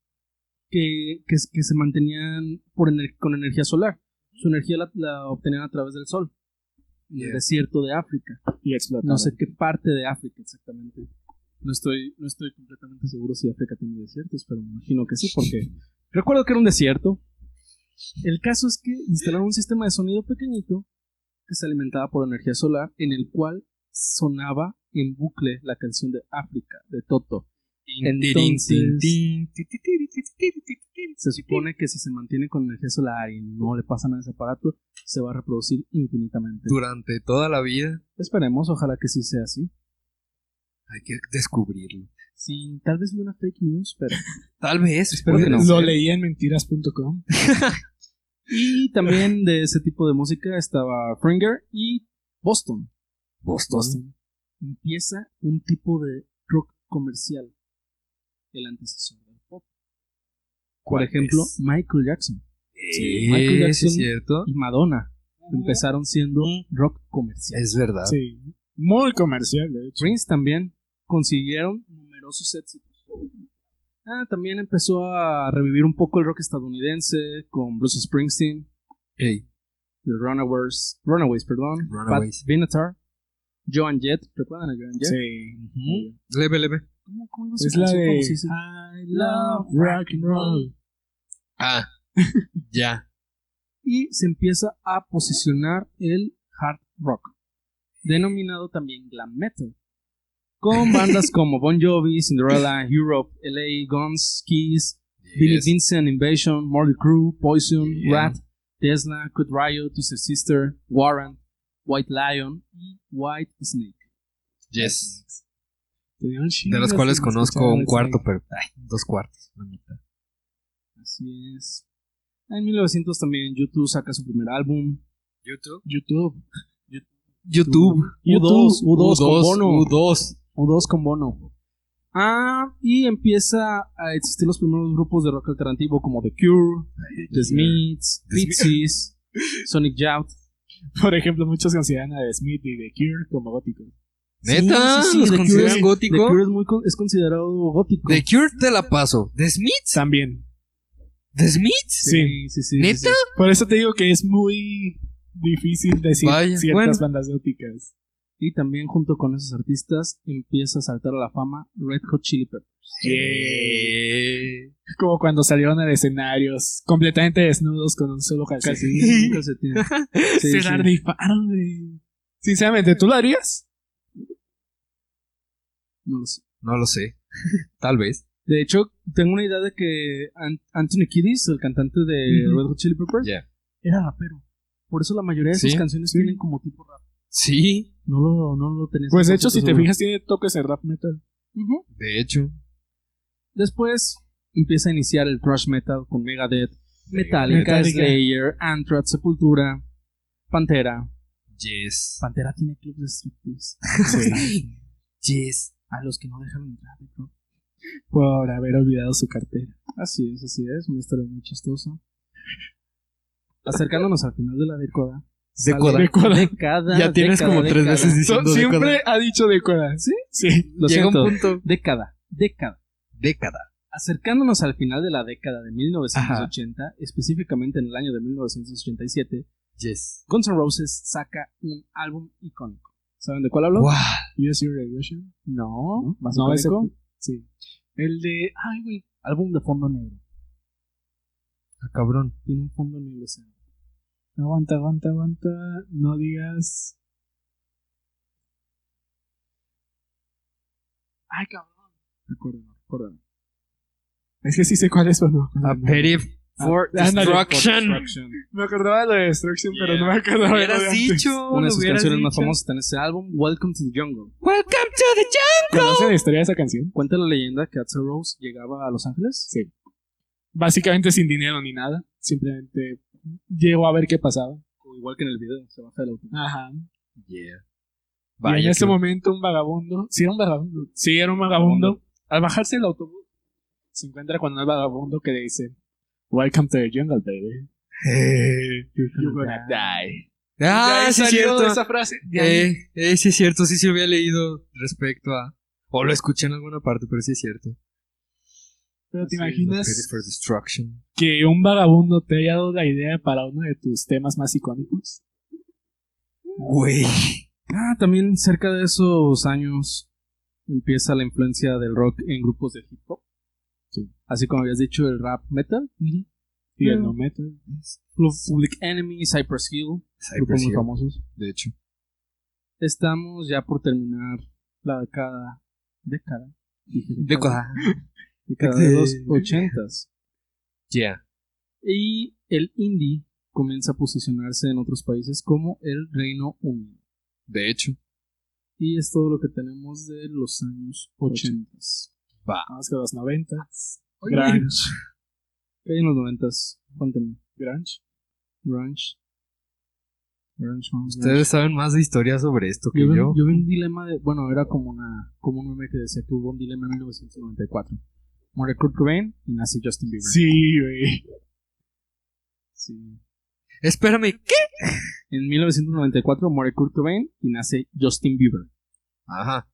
S2: que, que, que se mantenían por ener- con energía solar. Su energía la, la obtenían a través del sol, en el
S3: Yeah.
S2: desierto de África.
S12: Y explotaron.
S2: No sé qué parte de África exactamente. No estoy, no estoy completamente seguro si África tiene desiertos, pero me imagino que sí, porque recuerdo que era un desierto. El caso es que instalaron un sistema de sonido pequeñito que se alimentaba por energía solar, en el cual sonaba en bucle la canción de África, de Toto. Entonces- Se supone que si se mantiene con energía solar y no le pasa nada a ese aparato, se va a reproducir infinitamente.
S3: Durante toda la vida
S2: Esperemos, ojalá que sí sea así.
S3: hay que descubrirlo.
S2: Sí, tal vez vi una fake news, pero...
S3: Tal vez.
S2: Espero que
S3: puede
S2: no.
S3: ser.
S12: Lo leí en mentiras.com.
S2: Y también de ese tipo de música estaba Fringer y Boston.
S3: Boston.
S2: empieza un tipo de rock comercial, el antecesor del pop. Por ejemplo, Michael Jackson
S3: Sí,
S2: Michael Jackson.
S3: es cierto.
S2: y Madonna empezaron siendo rock comercial.
S3: Es verdad.
S12: Sí. Muy comercial, de hecho.
S2: Prince también consiguieron numerosos éxitos. Ah, también empezó a revivir un poco el rock estadounidense con Bruce Springsteen,
S3: Ey.
S2: The Runaways, Runaways, perdón,
S3: Runaways.
S2: Pat Benatar, Joan Jett, ¿recuerdan a Joan Jett?
S12: Sí.
S3: Ujú. Leve, leve.
S2: ¿Cómo- cómo iba su
S12: Es la
S2: canción?
S12: de
S2: ¿Cómo se dice?
S12: I love rock and roll.
S3: Ah, ya.
S2: Y se empieza a posicionar el hard rock, denominado también glam metal, con bandas como Bon Jovi, Cinderella, Europe, LA, Guns, Kiss, Billy
S3: Yes.
S2: Vincent, Invasion, Motley Crue, Poison,
S3: Bien.
S2: Rat, Tesla, Cut Riot, Twisted Sister, Warren, White Lion y White Snake.
S3: Yes.
S2: Tenía un chingo
S3: De las cuales
S2: escuchar
S3: conozco un
S2: White
S3: cuarto,
S2: Snake.
S3: pero ay, dos cuartos. la mitad.
S2: Así es. En 1900 también YouTube saca su primer álbum.
S3: YouTube.
S2: YouTube.
S3: YouTube.
S2: U2, U2 con Bono.
S3: U2.
S2: U2 con Bono. Ah, y empieza a existir los primeros grupos de rock alternativo como The Cure, The Smiths, Pixies, Sonic Youth.
S12: Por ejemplo, muchos consideran a The Smith y The Cure como góticos.
S3: ¿Neta?
S2: Sí, sí, sí,
S3: ¿Los
S2: The Cure
S3: consideran
S2: es-
S3: gótico?
S2: The Cure es, muy con- es considerado gótico.
S3: The Cure te la paso. ¿The Smiths?
S12: También.
S3: ¿The Smiths?
S12: Sí.
S2: sí, sí,
S3: ¿Neta?
S2: sí, sí.
S12: Por eso te digo que es muy difícil decir
S3: Vaya,
S12: ciertas
S3: bueno.
S12: bandas góticas.
S2: Y también junto con esos artistas empieza a saltar a la fama Red Hot Chili Peppers.
S3: Eh,
S12: Como cuando salieron a escenarios completamente desnudos con un solo calcetín.
S2: Sí, nunca se tiene. Sí,
S12: se
S2: sí.
S12: la rifaron, güey. Sinceramente, ¿tú lo harías?
S2: No lo sé.
S3: No lo sé. Tal vez.
S2: De hecho, tengo una idea de que An- Anthony Kiddis, el cantante de Red Hot Chili Peppers,
S3: Ya.
S2: era rapero. Por eso la mayoría de sus
S3: Sí,
S2: canciones tienen como tipo rap.
S3: Sí.
S2: No lo, no lo tenés.
S12: Pues de hecho, si te
S2: seguro.
S12: fijas, tiene toques de rap metal.
S2: Ujú.
S3: De hecho.
S2: Después empieza a iniciar el thrash metal con Megadeth, Metallica,
S12: Metallica.
S2: Slayer, Anthrax, Sepultura, Pantera.
S3: Yes.
S2: Pantera tiene club de striptease.
S3: Yes.
S2: A los que no dejan entrar, ¿no?
S12: Por haber olvidado su cartera.
S2: Así es, así es. Una historia muy chistosa. Acercándonos al final de la década.
S3: De Kodak.
S2: Década, década,
S3: Ya tienes
S2: década,
S3: como tres
S2: década.
S3: veces diciendo de
S12: Siempre
S3: Kodak.
S12: ha dicho de Kodak, ¿sí? Sí.
S2: Lo
S3: Llega
S2: siento.
S3: un punto.
S2: Década, década.
S3: Década.
S2: Acercándonos al final de la década de 1980, específicamente en el año de 1987,
S3: Yes.
S2: Guns N' Roses saca un álbum icónico. ¿Saben de cuál hablo?
S3: Wow.
S12: Use Your Aggression.
S2: No, más
S12: No, ese-
S2: icónico.
S12: Sí.
S2: El de, ay güey, álbum de fondo negro.
S3: Cabrón.
S2: Tiene un fondo negro ese.
S12: Aguanta, aguanta, aguanta. No digas.
S2: Ay cabrón.
S12: Recuérdame, recuérdame. Es que sí sé cuál es, pero no.
S3: A pity for
S12: Ah, ándale, for
S3: destruction.
S12: Me acordaba de lo de Destruction, pero no me acordaba de lo de
S3: Hubieras
S12: antes.
S3: dicho.
S2: Una de
S3: lo
S2: sus
S3: hubieras
S2: canciones más
S3: dicho.
S2: famosas está en ese álbum, Welcome to the Jungle.
S3: Welcome to the
S12: ¿Conocen la historia de esa canción?
S2: Cuenta la leyenda que Axl Rose llegaba a Los Ángeles.
S12: Sí. Básicamente sin dinero ni nada. Simplemente llegó a ver qué pasaba.
S2: Igual que en el video, se baja del auto.
S12: Ajá.
S3: jungle. Yeah.
S12: y en
S3: Vaya.
S12: ese
S3: que-
S12: momento un vagabundo, sí era un vagabundo, sí era un vagabundo, al bajarse del autobús se encuentra con un vagabundo que le dice, Welcome to the jungle, baby. You're gonna die.
S3: Ah, sí, es
S12: salió
S3: cierto.
S12: esa frase. De ahí.
S3: Eh, eh, sí, es cierto. Sí, sí, había leído respecto a. O lo escuché en alguna parte, pero sí es cierto.
S12: Pero te
S3: Sí,
S12: imaginas
S3: A Pity for Destruction.
S12: que un vagabundo te haya dado la idea para uno de tus temas más icónicos.
S3: Güey.
S2: Ah, también cerca de esos años empieza la influencia del rock en grupos de hip hop. Así como habías dicho, el rap metal.
S12: Y el
S2: Mm.
S12: no metal.
S2: Public Enemy, Cypress Hill, grupos muy famosos.
S3: De hecho.
S2: Estamos ya por terminar la década. Década. dije
S3: De Kodak.
S2: Década de los ochentas.
S3: Yeah.
S2: Y el indie comienza a posicionarse en otros países como el Reino Unido.
S3: De hecho.
S2: Y es todo lo que tenemos de los años ochentas.
S12: Más que los 90.
S2: Oye.
S12: Grunge.
S2: ¿Qué hay en los noventas? Cuéntame. Grunge. Grunge.
S12: Grunge, grunge.
S3: Ustedes saben más de historia sobre esto que
S2: Yo vi,
S3: yo.
S2: yo vi un dilema de. Bueno, era como una como un meme que decía que hubo un dilema en 1994. Muere Kurt Cobain y nace Justin Bieber.
S12: Sí, güey.
S2: Sí.
S3: Espérame, ¿qué?
S2: En 1994 muere Kurt Cobain y nace Justin Bieber.
S3: Ajá.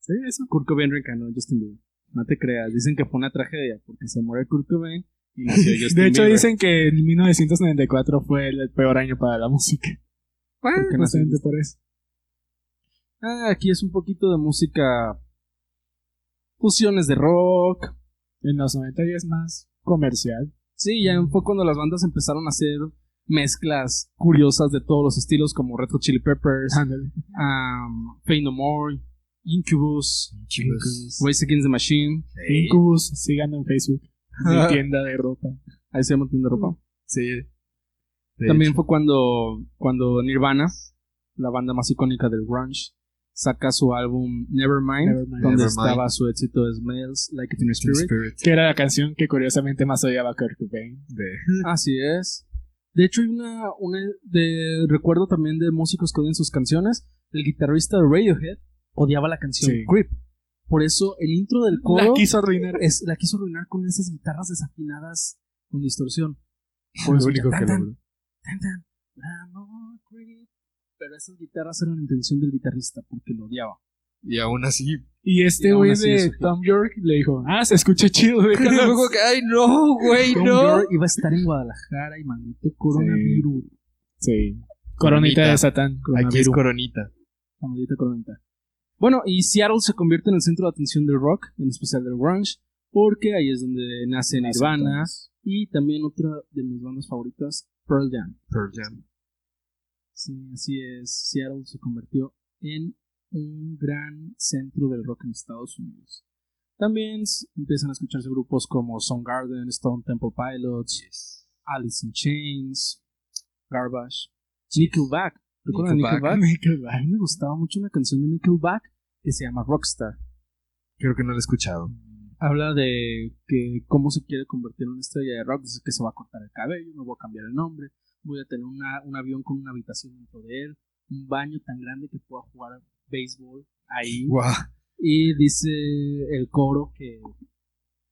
S2: Sí, eso. Kurt Cobain reencarnó a Justin Bieber. No te creas, dicen que fue una tragedia porque se muere Kurt Cobain y nació Justin
S12: De hecho,
S2: Bieber.
S12: dicen que en 1994 fue el peor año para la música.
S2: Porque
S12: Porque
S2: nació
S12: justamente
S2: Justin-
S12: por eso.
S2: pues Ah, aquí es un poquito de música. Fusiones de rock.
S12: En los 90 ya es más comercial.
S2: Sí, ya fue cuando las bandas empezaron a hacer mezclas curiosas de todos los estilos, como Red Hot Chili Peppers, um, Pain No More, Incubus,
S3: Incubus.
S2: Race Against the Machine.
S12: Incubus, sigan en Facebook. Mi tienda de ropa.
S2: Ahí se llama Tienda de Ropa.
S3: Sí. De
S2: También
S3: hecho.
S2: fue cuando, cuando Nirvana, la banda más icónica del grunge, saca su álbum Nevermind,
S12: Nevermind.
S2: donde
S3: Nevermind.
S2: estaba su éxito de Smells Like Teen Spirit.
S3: Spirit.
S12: Que era la canción que curiosamente más odiaba Kurt Cobain.
S2: Así es. De hecho, hay una, una de recuerdo también de músicos que odian sus canciones. El guitarrista de Radiohead odiaba la canción
S12: Sí.
S2: Creep. Por eso el intro del coro
S12: La quiso arruinar.
S2: es, la quiso arruinar con esas guitarras desafinadas con distorsión.
S3: Fue lo
S2: Pues,
S3: único que
S2: tan, tan,
S3: logró.
S2: Tan, tan. La no creep. Pero esas guitarras eran la intención del guitarrista porque lo odiaba.
S3: Y aún así.
S12: Y este
S2: Y aún
S12: güey
S2: así
S12: de
S2: eso fue.
S12: Tom York le dijo, ah, se escucha chido, déjalo.
S3: Luego que- Ay, no, güey,
S2: Tom
S3: no.
S2: York iba a estar en Guadalajara y maldito coronavirus.
S12: Sí. Coronita de Satán.
S3: Aquí es coronita.
S2: La maldita coronita. Bueno, y Seattle se convierte en el centro de atención del rock, en especial del grunge, porque ahí es donde nace Nirvana y también otra de mis bandas favoritas, Pearl Jam.
S3: Pearl Jam.
S2: Sí, así es. Seattle se convirtió en un gran centro del rock en Estados Unidos. También s- empiezan a escucharse grupos como Soundgarden, Stone Temple Pilots, Alice in Chains, Garbage, Nickelback. ¿Recuerdan
S3: Nickelback.
S2: Nickelback? A mí me gustaba mucho una canción de Nickelback que se llama Rockstar.
S3: Creo que no lo he escuchado.
S2: Habla de que cómo se quiere convertir en una estrella de rock, dice que se va a cortar el cabello, me voy a cambiar el nombre, voy a tener una- un avión con una habitación dentro de él, un baño tan grande que pueda jugar béisbol ahí.
S3: Guau.
S2: Y dice el coro que,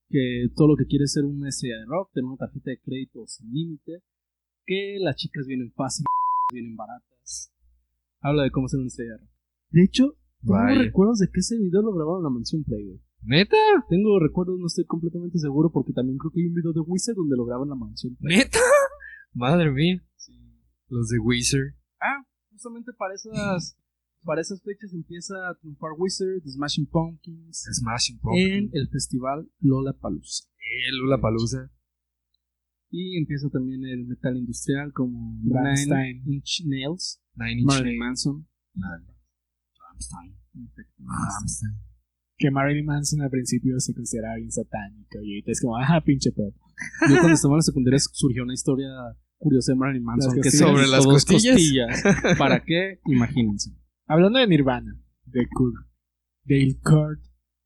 S2: que todo lo que quiere es ser una estrella de rock, tener una tarjeta de crédito sin límite, que las chicas vienen fácil, vienen baratas. Habla de cómo ser una estrella de rock. De hecho, tengo
S3: Vaya.
S2: recuerdos de que ese video lo grabaron en la mansión Playboy.
S3: ¿Neta?
S2: Tengo recuerdos, no estoy completamente seguro porque también creo que hay un video de Wizard donde lo graban en la mansión.
S3: ¿Neta? Madre mía. Los de Weezer.
S2: Justamente para esas, para esas fechas empieza a triunfar Wizard, Smashing Pumpkins,
S3: Smashing
S2: en el festival Lola Palooza.
S3: eh, Lula Palusa.
S2: Y empieza también el metal industrial como Nine
S12: Rammstein.
S2: Inch Nails,
S3: Nine Inch
S2: Marilyn Manson.
S3: Nails.
S12: Que Marilyn Manson al principio se consideraba bien satánico. Y ahorita es como, ajá, pinche pop.
S2: Yo cuando estaba en la secundaria surgió una historia curiosa de Marilyn Manson.
S12: Las
S2: que
S12: costillas.
S2: sobre
S3: Sobre las
S2: las dos
S3: costillas.
S2: costillas. ¿Para qué? Imagínense.
S12: Hablando de Nirvana, de Kurt, Dale Kurt,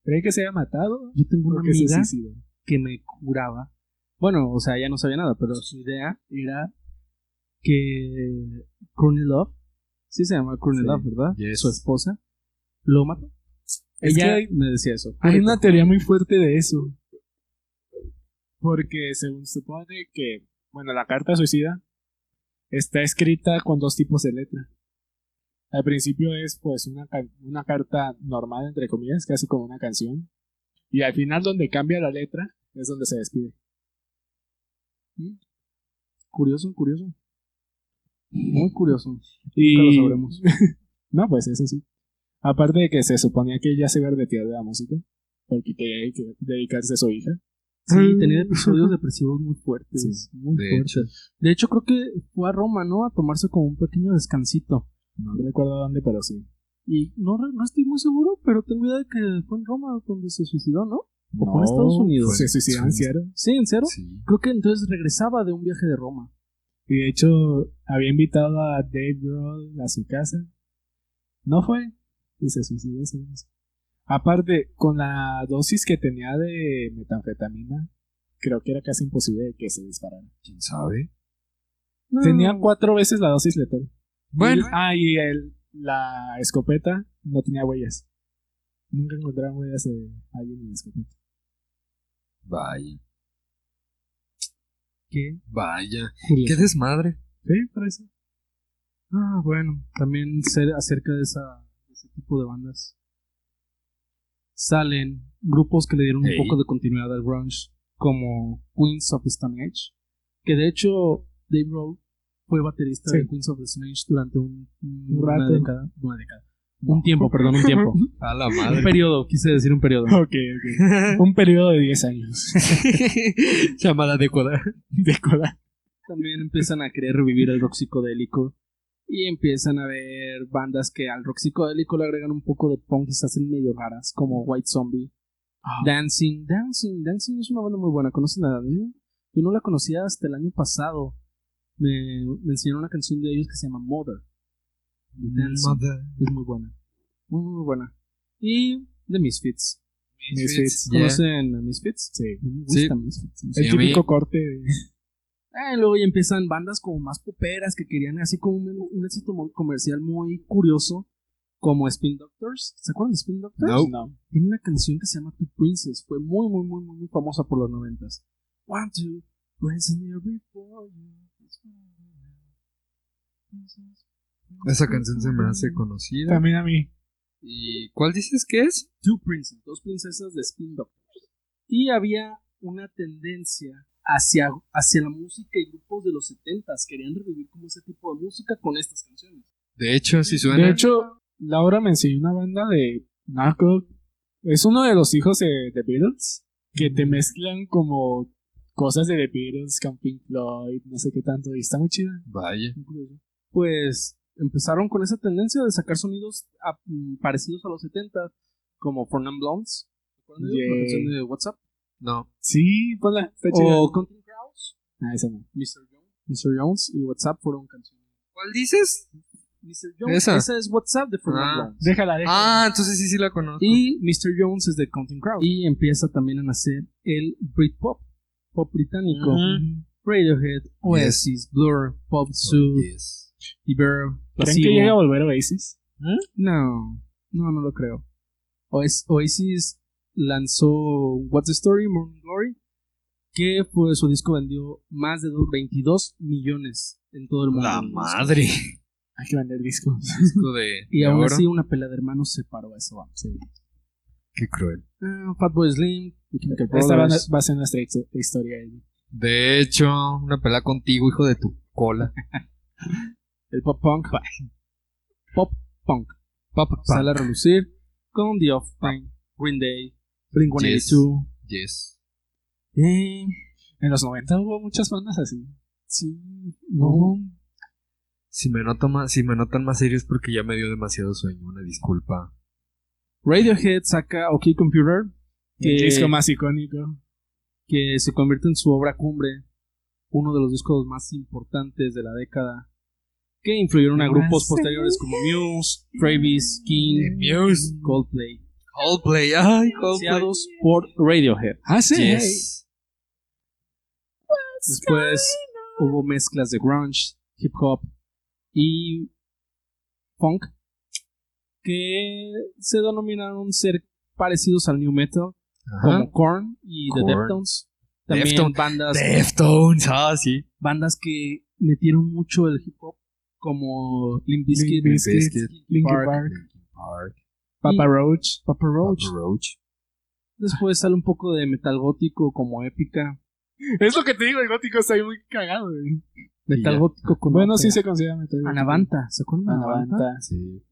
S12: ¿cree que se haya matado?
S2: Yo tengo una
S12: ¿O que se
S2: amiga
S12: suicidó?
S2: que me curaba. Bueno, o sea, ella no sabía nada, pero su idea era que Courtney Love, sí se llama Courtney
S3: Sí,
S2: Love, ¿verdad?
S3: yes.
S2: Su esposa, lo mató.
S12: Es que
S2: Ella
S12: hay-
S2: me decía eso.
S12: Hay una teoría muy fuerte de eso. Porque según supone que, bueno, la carta suicida está escrita con dos tipos de letra. Al principio es pues una, ca- una carta normal, entre comillas, casi como una canción. Y al final donde cambia la letra es donde se despide.
S2: Mm. Curioso, curioso. Muy curioso.
S12: Y...
S2: Nunca lo sabremos.
S12: no, pues eso sí. Aparte de que se suponía que ella se había retirado de la música, porque quería que- dedicarse a su hija.
S2: Sí, tenía episodios depresivos muy fuertes. muy
S3: de
S2: fuertes. De hecho, creo que fue a Roma, ¿no? A tomarse como un pequeño descansito.
S12: No recuerdo dónde, pero sí.
S2: Y no, re- no estoy muy seguro, pero tengo idea de que fue en Roma donde se suicidó, ¿no? ¿O fue en
S12: No,
S2: Estados Unidos?
S12: Se suicidó en Seattle.
S2: Sí, ¿en serio?
S3: Sí.
S2: Creo que entonces regresaba de un viaje de Roma.
S12: Y de hecho, había invitado a Dave Grohl a su casa. No fue. Y se suicidó. según eso. Aparte, con la dosis que tenía de metanfetamina, creo que era casi imposible de que se disparara.
S3: ¿Quién sabe?
S2: No.
S12: Tenía cuatro veces la dosis letal.
S3: Bueno,
S2: Ah, y el- la escopeta no tenía huellas. Nunca encontraron huellas de alguien en la escopeta.
S3: vaya,
S2: ¿Qué?
S3: vaya. Qué
S2: Curioso.
S3: desmadre.
S2: Sí, parece. Ah, bueno, también ser acerca de, esa, de ese tipo de bandas. Salen grupos que le dieron
S3: Ey.
S2: un poco de continuidad al grunge, como Queens of the Stone Age, que de hecho Dave Grohl fue baterista
S12: Sí.
S2: de Queens of the Stone Age durante un, un-
S12: Un
S2: una
S12: rato.
S2: década, una década. Un tiempo, perdón, un tiempo.
S3: A la
S2: un
S3: madre.
S2: periodo, quise decir un periodo.
S12: Ok, ok. Un periodo de 10 años.
S3: Llamada de coda.
S12: De cola.
S2: también empiezan a querer revivir el rock psicodélico y empiezan a ver bandas que al rock psicodélico le agregan un poco de punk y se hacen medio raras, como White Zombie, Dancing, Dancing, Dancing es una banda muy buena, ¿conocen a Dancing? Yo no la conocía hasta el año pasado. Me, me enseñaron una canción de ellos que se llama Mother. Dancing. Es muy buena. Muy, muy buena. Y The Misfits.
S3: Misfits, yeah.
S2: ¿Conocen a Misfits? Sí. Me gusta
S3: Sí.
S2: Misfits. no sé
S3: Sí,
S12: El
S3: a mí-
S12: típico corte. de-
S2: Ah, y luego ya empiezan bandas como más poperas que querían así como un, un éxito mo- comercial muy curioso, como Spin Doctors. ¿Se acuerdan de Spin Doctors?
S3: No.
S2: Tiene una canción que se llama Two Princess. Fue muy, muy, muy, muy, muy famosa por los noventas. One, two, princess near before you.
S3: Esa canción se me hace conocida.
S12: También a mí.
S3: ¿Y cuál dices que es?
S2: Two Princess, dos princesas de Spin Doctors. Y había una tendencia hacia, hacia la música y grupos de los 70 querían revivir como ese tipo de música con estas canciones.
S3: De hecho, sí suena.
S12: De hecho, Laura me enseñó una banda de Knuckle. Es uno de los hijos de The Beatles. Que te mezclan como cosas de The Beatles, con Pink Floyd, no sé qué tanto. Y está muy chida.
S3: Vaya.
S2: incluso, pues empezaron con esa tendencia de sacar sonidos a- mm, parecidos a los 70 como Fornum Blondes, ¿se acuerdan de ellos?
S12: Yeah.
S2: La canción de WhatsApp,
S3: No.
S12: Sí, ponla. Está chida.
S2: o Counting Crows,
S12: Ah, esa no.
S2: Mr. Jones, Mr. Jones y WhatsApp fueron canciones.
S3: ¿Cuál dices?
S2: Mr. Jones,
S3: Esa.
S2: esa, es WhatsApp de Fornum
S3: Ah.
S2: Blondes.
S12: Déjala,
S3: Ah,
S12: déjala.
S3: entonces sí, sí la conozco.
S2: Y Mr. Jones es de Counting Crows. Y empieza también a nacer el Britpop, pop británico.
S3: Ujú.
S2: Radiohead, Oasis, Blur, Pop Zoo,
S3: Yes.
S2: Ibero,
S12: ¿Creen
S2: Placebo.
S12: que llega a volver Oasis?
S3: ¿Eh?
S2: No, no, no lo creo. Oas- Oasis lanzó What's the Story, Morning Glory, que pues su disco vendió más de do- 22 millones en todo el mundo.
S3: La madre.
S12: Hay que vender discos.
S3: Disco de,
S2: Y
S3: de
S2: aún
S3: oro.
S2: así una pelea de hermanos separó a esa banda.
S3: Qué cruel.
S2: Ah, Fatboy Slim, The Chemical
S12: Esta va a,
S2: Brothers.
S12: va a ser nuestra histo- historia. Eddie.
S3: De hecho, una pelea contigo, hijo de tu cola.
S2: el pop punk. Pop punk.
S3: Pop
S2: Sale a relucir con The Offspring, Green Day, Blink-182.
S3: Yes.
S2: Eh,
S12: En los 90 hubo muchas bandas así.
S2: sí, no.
S3: Si me, noto más, si me notan más serios porque ya me dio demasiado sueño. Una disculpa.
S2: Radiohead saca OK Computer,
S12: El
S2: que-
S12: disco más icónico.
S2: que se convierte en su obra cumbre, uno de los discos más importantes de la década, que influyeron a grupos posteriores como Muse, Travis, King, Muse, Coldplay,
S3: Coldplay. Ay, Coldplay.
S2: influenciados por Radiohead.
S12: Ah, sí.
S3: Yes.
S2: Después hubo mezclas de grunge, hip hop y funk que se denominaron ser parecidos al new metal,
S3: Ajá.
S2: como Korn y The
S3: Korn.
S2: Deftones. También
S3: Deftones.
S2: bandas
S3: Deftones. Ah, sí.
S2: bandas que metieron mucho el hip hop, como Limp Bizkit,
S12: Limp Bizkit,
S2: Linkin Park,
S3: Linkin Park.
S12: Papa Roach.
S2: Papa Roach.
S3: Papa Roach.
S2: Después sale un poco de metal gótico como épica.
S12: Es lo que te digo, el gótico está ahí muy cagado. güey.
S2: Metal
S3: ya.
S2: gótico con
S12: Bueno, sí
S2: ópera.
S12: se considera metal.
S2: Anavanta, ¿se acuerdan de Anavanta?
S12: Anavanta.
S3: Sí.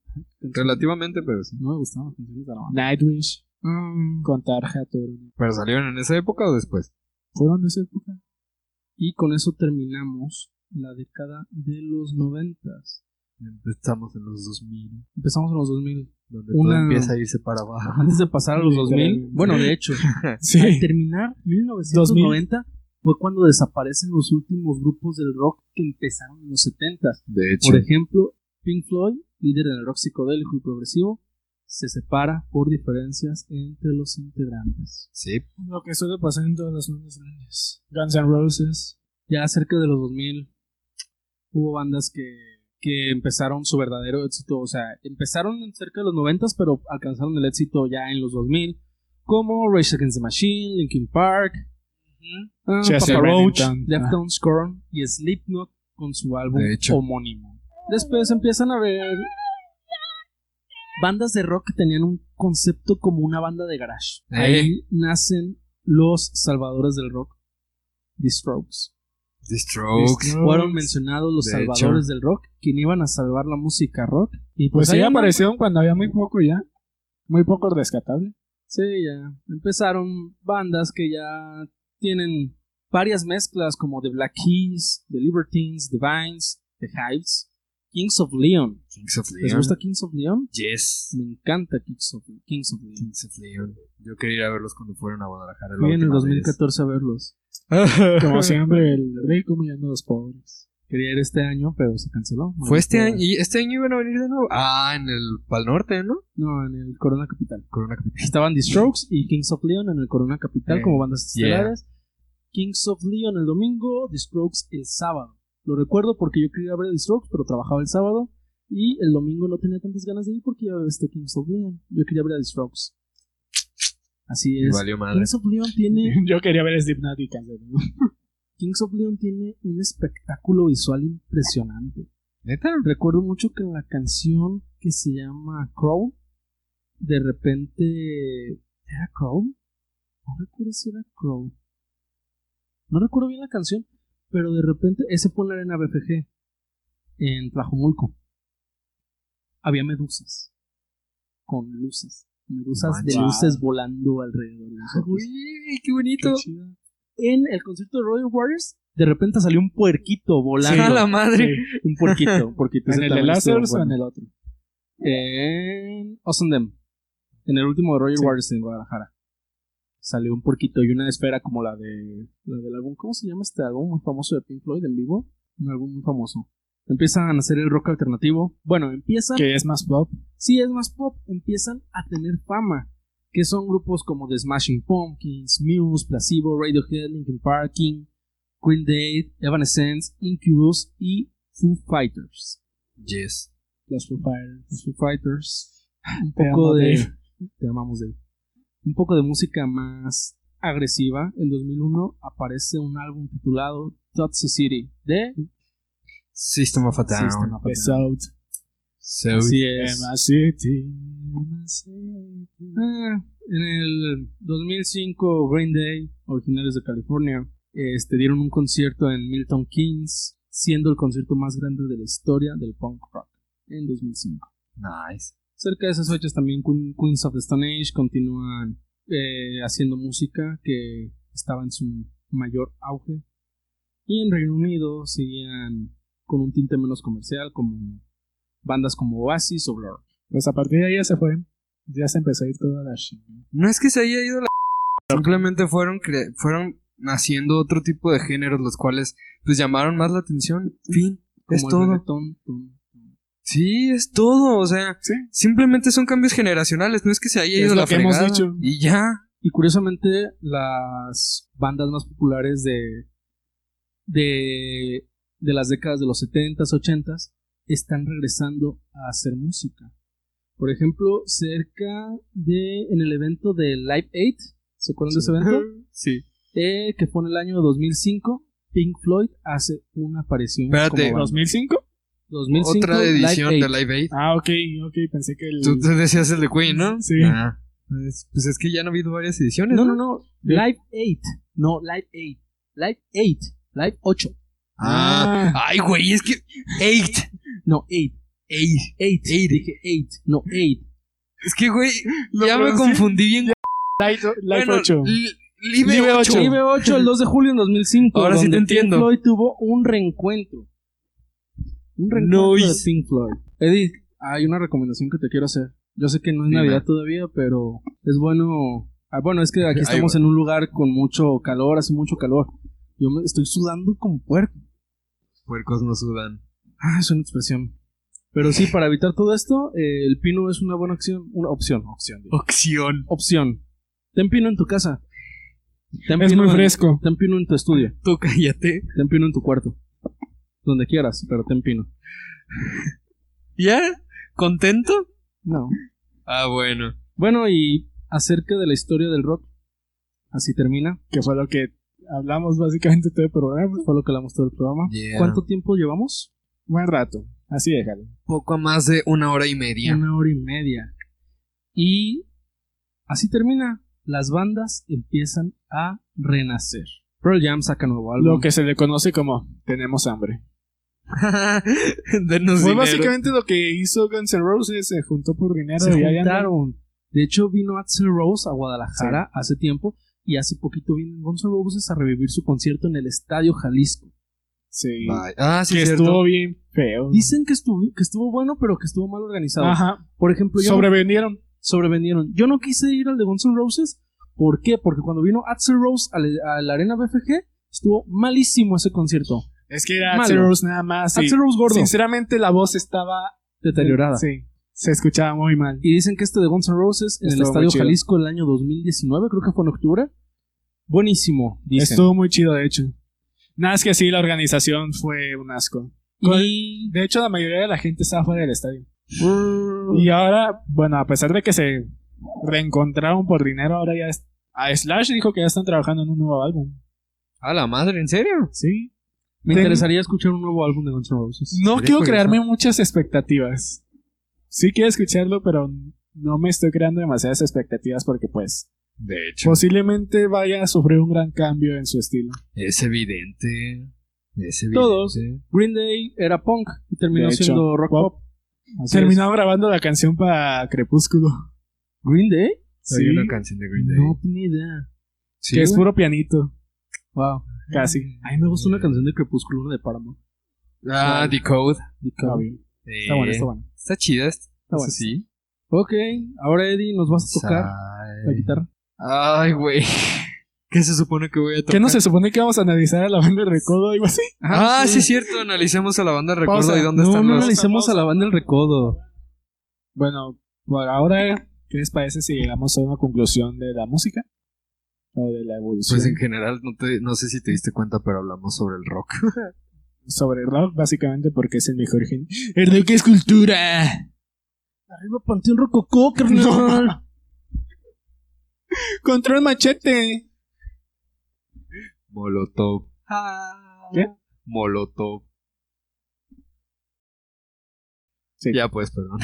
S3: Relativamente, pero sí.
S2: No me gustaban las canciones de Anavanta.
S12: Nightwish.
S2: Mm.
S12: Con Tarja, Torun.
S3: ¿Pero salieron en esa época o después?
S12: ¿Fueron de esa época?
S2: Y con eso terminamos la década de los noventas.
S3: Estamos en los 2000,
S2: Empezamos en los 2000.
S3: donde
S2: Una-
S3: todo empieza a irse para abajo.
S2: Antes de pasar a los 2000,
S12: Literalmente.
S2: bueno, de hecho, al
S12: Sí.
S2: terminar 1990 fue cuando desaparecen los últimos grupos del rock que empezaron en los 70
S3: De hecho,
S2: Por ejemplo, Pink Floyd, líder del rock psicodélico y progresivo, se separa por diferencias entre los integrantes.
S3: sí.
S12: Lo que suele pasar en todas las bandas grandes. Guns N' Roses.
S2: Ya cerca de los 2000 hubo bandas que que empezaron su verdadero éxito, o sea, empezaron en cerca de los 90, pero alcanzaron el éxito ya en los 2000, como Rage Against the Machine, Linkin Park, ah,
S12: Chester
S2: Papa Roach,
S12: Bennington.
S2: Deftones, Korn y Slipknot con su álbum
S3: Ah. De hecho.
S2: homónimo. Después empiezan a ver bandas de rock que tenían un concepto como una banda de garage.
S3: Eh.
S2: Ahí nacen los salvadores del rock, The Strokes.
S3: The Strokes.
S2: Este, Fueron mencionados los
S3: De
S2: salvadores del rock, quien iban a salvar la música rock. Y
S12: Pues
S2: pues,
S12: sí
S2: ahí
S12: aparecieron cuando había muy poco ya. Muy poco rescatable.
S2: Sí, ya. Empezaron bandas que ya tienen varias mezclas como The Black Keys, The Libertines, The Vines, The Hives, Kings of Leon.
S3: Kings of
S2: ¿Les
S3: Leon.
S2: gusta Kings of Leon?
S3: Yes.
S2: Me encanta Kings of, Kings of Leon.
S3: Kings of Leon. Yo quería ir a verlos cuando fueron a Guadalajara. la
S2: Fui en el
S3: última
S2: 2014 a verlos.
S3: vez.
S12: Como siempre, el rico mirando a los pobres.
S2: Quería ir este año, pero se canceló.
S3: Fue este
S2: Maldita-
S3: año. ¿Y este año iban a venir de nuevo? Ah, en el Pal Norte, ¿no?
S2: No, en el Corona Capital.
S3: Corona Capital.
S2: Estaban The Strokes y Kings of Leon en el Corona Capital
S3: Eh,
S2: como bandas
S3: yeah.
S2: estelares. Kings of Leon el domingo, The Strokes el sábado. Lo recuerdo porque yo quería ver The Strokes, pero trabajaba el sábado. Y el domingo no tenía tantas ganas de ir porque ya había visto Kings of Leon. Yo quería ver a The Strokes. Así
S3: Y
S2: es.
S3: valió madre.
S2: Kings of Leon tiene,
S12: Yo quería ver Slipknot y cancelé.
S2: Kings of Leon tiene un espectáculo visual impresionante.
S3: ¿Neta?
S2: Recuerdo mucho que en la canción que se llama Crow, de repente. ¿Era Crow? No recuerdo si era Crow. No recuerdo bien la canción, pero de repente. Ese fue en la arena BFG, en Tlajomulco. Había medusas. Con luces. Medusas de
S3: Manches.
S2: luces volando alrededor de nosotros.
S3: Uy, qué bonito.
S2: En el concierto de Royal Warriors, de repente salió un puerquito volando.
S3: A la madre.
S2: Un puerquito, un puerquito.
S12: ¿En
S2: Ese
S12: el de
S2: también estuvo
S12: Lazarus o
S2: bueno.
S12: en el otro?
S2: En Osandem. En el último de Roger Waters en Guadalajara. Salió un porquito y una esfera como la de la del álbum. ¿Cómo se llama este álbum muy famoso de Pink Floyd en vivo? Un álbum muy famoso. Empiezan a hacer el rock alternativo. Bueno, empiezan.
S12: Que es más pop.
S2: Sí, es más pop. Empiezan a tener fama. Que son grupos como The Smashing Pumpkins, Muse, Placebo, Radiohead, Linkin Park, King, Green Day, Evanescence, Incubus y Foo Fighters
S3: Yes.
S2: los Foo Fighters, los Foo Fighters, un
S12: Te
S2: poco
S12: amo,
S2: de
S12: Dave.
S2: te amamos Dave. un poco de música más agresiva. En 2001 aparece un álbum titulado Toxicity de
S3: System of a Down.
S2: System of a
S12: Es
S2: Down.
S12: out.
S3: So,
S2: Así es.
S12: Emma City. Emma City.
S2: Ah, en el 2005 Green Day, originarios de California, este dieron un concierto en Milton Keynes, siendo el concierto más grande de la historia del punk rock en 2005.
S3: nice.
S2: Cerca de esas fechas también Queen- Queens of the Stone Age continúan eh, haciendo música que estaba en su mayor auge. Y en Reino Unido seguían con un tinte menos comercial, como bandas como Oasis o Blur.
S12: Pues a partir de ahí ya se fue. Ya se empezó a ir toda la chingada.
S3: No es que se haya ido la. Simplemente fueron, cre- fueron naciendo otro tipo de géneros, los cuales pues llamaron más la atención. Fin.
S2: Como
S3: es
S2: el
S3: todo.
S2: reggaetón, tum.
S3: Sí, es todo. O sea,
S12: Sí.
S3: simplemente son cambios generacionales. No es que se haya
S12: Es
S3: ido
S12: lo
S3: la
S12: que hemos
S3: fregada.
S12: dicho.
S3: Y ya.
S2: Y curiosamente, las bandas más populares de, de, de las décadas de los 70s, 80s, están regresando a hacer música. Por ejemplo, cerca de, en el evento de Live 8, ¿se acuerdan de ese evento?
S3: Sí.
S2: Eh, que fue en el año 2005, Pink Floyd hace una aparición.
S3: Espérate.
S2: como banda.
S12: ¿2005?
S2: 2005,
S3: Otra
S2: Live
S3: edición
S2: 8.
S3: de Live Aid.
S12: Ah, ok, ok. Pensé que el.
S3: Tú te decías el de Queen, ¿no?
S12: Sí.
S3: Ah. Pues, pues es que ya han habido varias ediciones.
S2: No, no, no, Live 8, no, Live 8, Live 8, Live 8,
S3: Ah. Ay, güey, es que. Eight.
S2: no, 8.
S3: Eight.
S2: Eight. Dije eight, no eight.
S3: Es que, güey,
S12: Lo
S3: ya me
S12: pronuncié.
S3: confundí bien.
S12: Live, Live
S3: Bueno,
S12: 8.
S3: li- Live,
S12: Live
S3: 8.
S12: ocho.
S2: Live 8 el 2 de julio en 2005.
S3: Ahora sí
S2: donde
S3: te entiendo.
S2: Pink Floyd tuvo un reencuentro. Un reencuentro de
S3: Nice.
S2: Pink Floyd. Edith, hay una recomendación que te quiero hacer. Yo sé que no es
S3: Dime.
S2: Navidad todavía, pero es bueno. ah, bueno, es que aquí
S3: Ahí
S2: estamos
S3: va.
S2: en un lugar con mucho calor, hace mucho calor. Yo me estoy sudando como puerco.
S3: Puercos no sudan.
S2: Ah, es una expresión. Pero sí, para evitar todo esto, eh, el pino es una buena opción. Una opción, opción. digo.
S3: Opción.
S2: opción. Ten pino en tu casa. Ten
S12: Es
S2: pino
S12: muy
S2: en-
S12: fresco.
S2: Ten pino en tu estudio.
S3: Tú cállate.
S2: Ten pino en tu cuarto. Donde quieras, pero ten pino.
S3: ¿Ya? ¿Contento?
S2: No.
S3: Ah, bueno.
S2: Bueno, y acerca de la historia del rock, así termina.
S12: Que fue lo que hablamos básicamente todo el programa.
S2: Fue lo que hablamos todo el programa.
S3: Yeah.
S2: ¿Cuánto tiempo llevamos?
S12: Buen rato. Así déjalo.
S3: Poco más de una hora y media.
S2: Una hora y media. Y así termina. Las bandas empiezan a renacer. Pearl Jam saca nuevo álbum.
S12: Lo que se le conoce como tenemos hambre.
S3: Denos
S12: Fue
S3: dinero.
S12: Pues básicamente lo que hizo Guns N' Roses. Se juntó por dinero
S2: se
S12: y ahí andan.
S2: juntaron. De hecho, vino Axel Rose a Guadalajara hace tiempo y hace poquito vino Guns N' Roses a revivir su concierto en el Estadio Jalisco.
S12: Sí.
S3: Bye. Ah, sí,
S12: que
S3: cierto.
S12: estuvo bien feo.
S2: Dicen que estuvo, que estuvo bueno, pero que estuvo mal organizado.
S12: Ajá.
S2: Por ejemplo, yo no-
S12: Sobrevendieron.
S2: sobrevendieron. Yo no quise ir al de Guns N' Roses. ¿Por qué? Porque cuando vino Axel Rose al- a la, Arena BFG, estuvo malísimo ese concierto.
S12: Es que era
S2: Malo.
S12: Axl Rose nada más. y
S2: Axel Rose gordo.
S12: Sinceramente la voz estaba
S2: deteriorada.
S12: Sí. Se escuchaba muy mal.
S2: Y dicen que este de Guns N' Roses en el
S12: Estuvo muy
S2: Estadio
S12: chido.
S2: Jalisco el año 2019, creo que fue en octubre. Buenísimo, dicen.
S12: Estuvo muy chido, de hecho. Nada, es que sí, la organización fue un asco.
S2: Y
S12: De hecho, la mayoría de la gente estaba fuera del estadio.
S3: Uh.
S12: Y ahora, bueno, a pesar de que se reencontraron por dinero, ahora ya es- a Slash dijo que ya están trabajando en un nuevo álbum.
S3: A la madre, ¿en serio?
S12: Sí.
S2: me
S12: Ten-
S2: interesaría escuchar un nuevo álbum de Guns N' Roses.
S12: No
S3: Sería
S12: quiero
S3: curioso.
S12: crearme muchas expectativas. Sí quiero escucharlo, pero no me estoy creando demasiadas expectativas porque pues
S3: De hecho.
S12: posiblemente vaya a sufrir un gran cambio en su estilo.
S3: Pues, Es evidente. Es evidente.
S2: Todos. Green Day era punk y terminó
S12: De hecho,
S2: siendo rock
S12: pop.
S2: pop. Así
S12: Terminaron grabando la canción para Crepúsculo.
S2: es. ¿Green Day?
S3: Hay
S12: Sí,
S3: una canción de Green Day.
S2: No tenía idea.
S3: Sí,
S12: que es
S3: güey.
S12: puro pianito,
S2: Wow.
S12: casi.
S2: A mí me gusta una canción de Crepúsculo, una de Paramount.
S3: Ah, Decode.
S12: Está bien. Está bueno, está bueno.
S3: Está chida. Está
S2: buena.
S3: Sí.
S2: Ok, ahora Eddie, nos vas a tocar la
S3: Ay.
S2: guitarra.
S3: Ay, güey. ¿Qué se supone que voy a tocar?
S12: ¿Qué no se supone que vamos a analizar a la banda de recodo o algo así?
S3: Ah, sí, es cierto. Analicemos a la banda Recuerdo
S12: Pausa.
S3: y dónde
S2: No,
S3: están
S2: no
S3: los...
S2: analicemos a la banda El Recodo.
S12: Bueno, por ahora, ¿qué les parece si llegamos a una conclusión de la música? O de la evolución
S3: Pues en general, no, te- no sé si te diste cuenta, pero hablamos sobre el rock.
S12: sobre el rock, básicamente porque es el mejor gen. El rock es cultura.
S2: Arriba Panteón Rococó, carnal.
S12: Control machete.
S3: Molotov.
S12: ¿Qué?
S3: Molotov.
S12: Sí.
S3: Ya pues, perdón.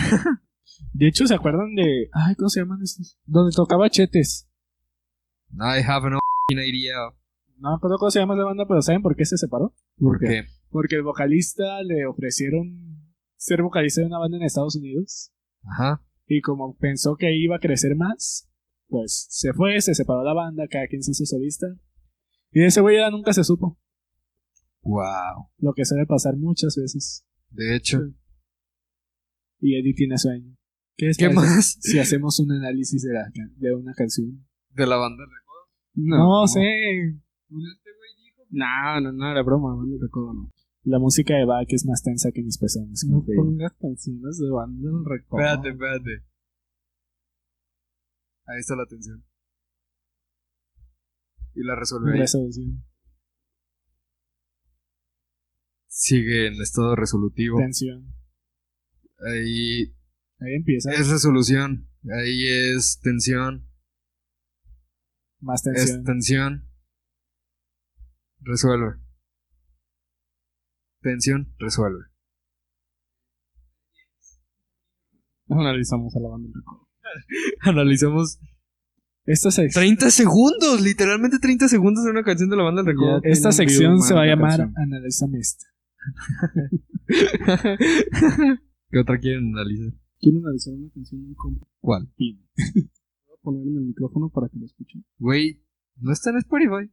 S12: De hecho, ¿se acuerdan de. Ay, ¿cómo se llaman estos? Donde tocaba Chetes.
S3: I have no idea.
S12: No me acuerdo cómo se llama la banda, pero ¿saben por qué se separó?
S3: ¿Por qué?
S12: Porque el vocalista le ofrecieron ser vocalista de una banda en Estados Unidos.
S3: Ajá.
S12: Y como pensó que iba a crecer más, pues se fue, se separó la banda, cada quien se hizo solista. Y ese güey ya nunca se supo,
S3: Wow.
S12: lo que suele pasar muchas veces.
S3: De hecho.
S12: Y Eddie tiene sueño. ¿Qué, es
S3: ¿Qué más?
S12: Si hacemos un análisis de, la can- de una canción.
S3: De la banda.
S12: No, sé.
S2: No, no, no, era broma, banda El Recodo no.
S12: La música de Bach es más tensa que mis pezones. como te digo.
S2: pongas canciones de banda El Recodo.
S3: Espérate, espérate. Ahí está la tensión. Y la resuelve
S2: Pues,
S3: ahí.
S12: Resolución.
S3: Sigue en estado resolutivo.
S12: Tensión.
S3: Ahí
S12: Ahí empieza.
S3: es resolución. Ahí es tensión.
S12: Más
S3: Es
S12: tensión.
S3: tensión. Resuelve. Tensión, resuelve.
S2: Analizamos a la banda El Recodo.
S3: Analizamos
S12: Esta, sec-
S3: 30 segundos, literalmente 30 segundos de una canción de la banda del recodo.
S2: Ya.
S12: esta
S2: tiene un
S12: sección
S2: view
S12: se va a
S2: humano la
S12: llamar
S2: canción.
S12: Analízame esta.
S3: ¿Qué otra quieren analizar?
S2: Quiero analizar una canción muy compleja.
S3: ¿Cuál?
S2: Voy a poner en el micrófono para que lo escuchen.
S3: Güey, no está en Spotify.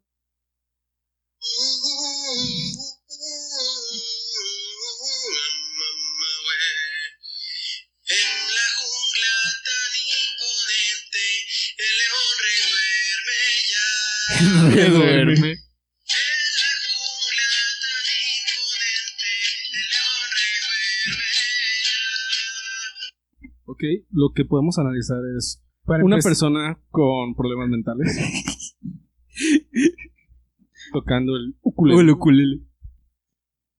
S4: En la jungla tan imponente, el león reduerme ya.
S3: Duerme.
S4: En la jungla tan imponente, el león reduerme ya.
S2: Ok, lo que podemos analizar es
S12: Para
S2: una
S12: empe-
S2: persona con problemas mentales. tocando el ukulele.
S3: O el ukulele.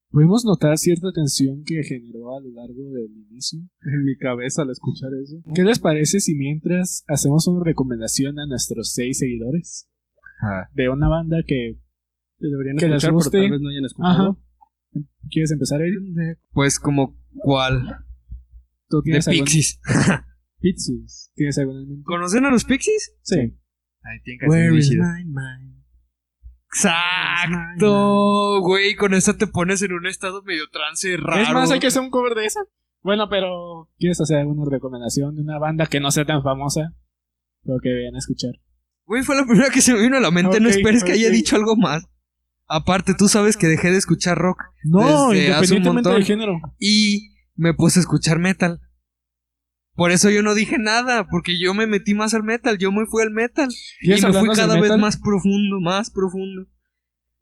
S12: Podemos notar cierta tensión que generó a lo largo del inicio en mi cabeza al escuchar eso. ¿Qué les parece si mientras hacemos una recomendación a nuestros seis seguidores
S3: Ah,
S12: de una banda que,
S2: Deberían
S12: Que les
S2: escuchar, pero
S12: guste.
S2: tal vez no hayan escuchado.
S12: Ajá. quieres empezar, Eric?
S3: Pues como cuál?
S12: ¿Tú
S3: De
S12: tienes algún-
S3: Pixies.
S12: Pixies. ¿Tienes alguna en mente?
S3: ¿Conocen a los Pixies?
S12: Sí.
S3: Ahí tienen
S12: Where is
S3: my mind? Exacto, güey, con esta te pones en un estado medio trance raro.
S12: Es más, hay que hacer un cover de esa. Bueno, pero ¿quieres hacer alguna recomendación de una banda que no sea tan famosa? Pero que vayan a escuchar.
S3: Güey, fue la primera que se me vino a la mente, no
S12: Ok,
S3: esperes que haya
S12: ok.
S3: dicho algo más. Aparte, tú sabes que dejé de escuchar rock
S12: No,
S3: Desde hace un
S12: independientemente
S3: montón.
S12: del género.
S3: y me puse a escuchar metal. Por eso yo no dije nada, porque yo me metí más al metal, yo me fui al metal. Y
S12: ¿Quieres
S3: me fui
S12: hablarnos de
S3: cada vez
S12: metal?
S3: más profundo, más profundo.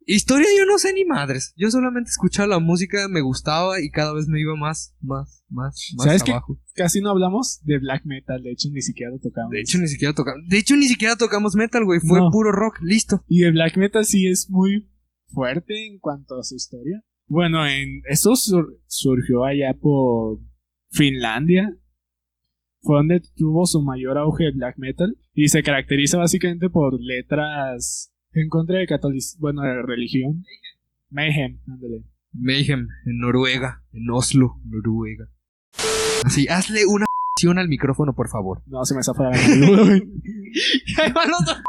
S3: Historia yo no sé ni madres. Yo solamente escuchaba la música, me gustaba y cada vez me iba más, más, más, más
S12: ¿Sabes qué?
S3: abajo.
S12: Casi no hablamos de black metal, de hecho ni siquiera lo tocamos.
S3: De hecho ni siquiera tocamos, de hecho ni siquiera tocamos metal, güey. Fue
S12: No.
S3: puro rock, listo.
S12: Y el black metal sí es muy fuerte en cuanto a su historia. Bueno, en eso sur- surgió allá por Finlandia. Fue donde tuvo su mayor auge el black metal. Y se caracteriza básicamente por letras en contra de catolicismo, bueno, de religión. Mayhem, ándale.
S3: Mayhem en Noruega, en Oslo, Noruega. Así, hazle una acción al micrófono, por favor.
S12: No, se me zafa la garganta, güey.
S3: Ahí van los dos.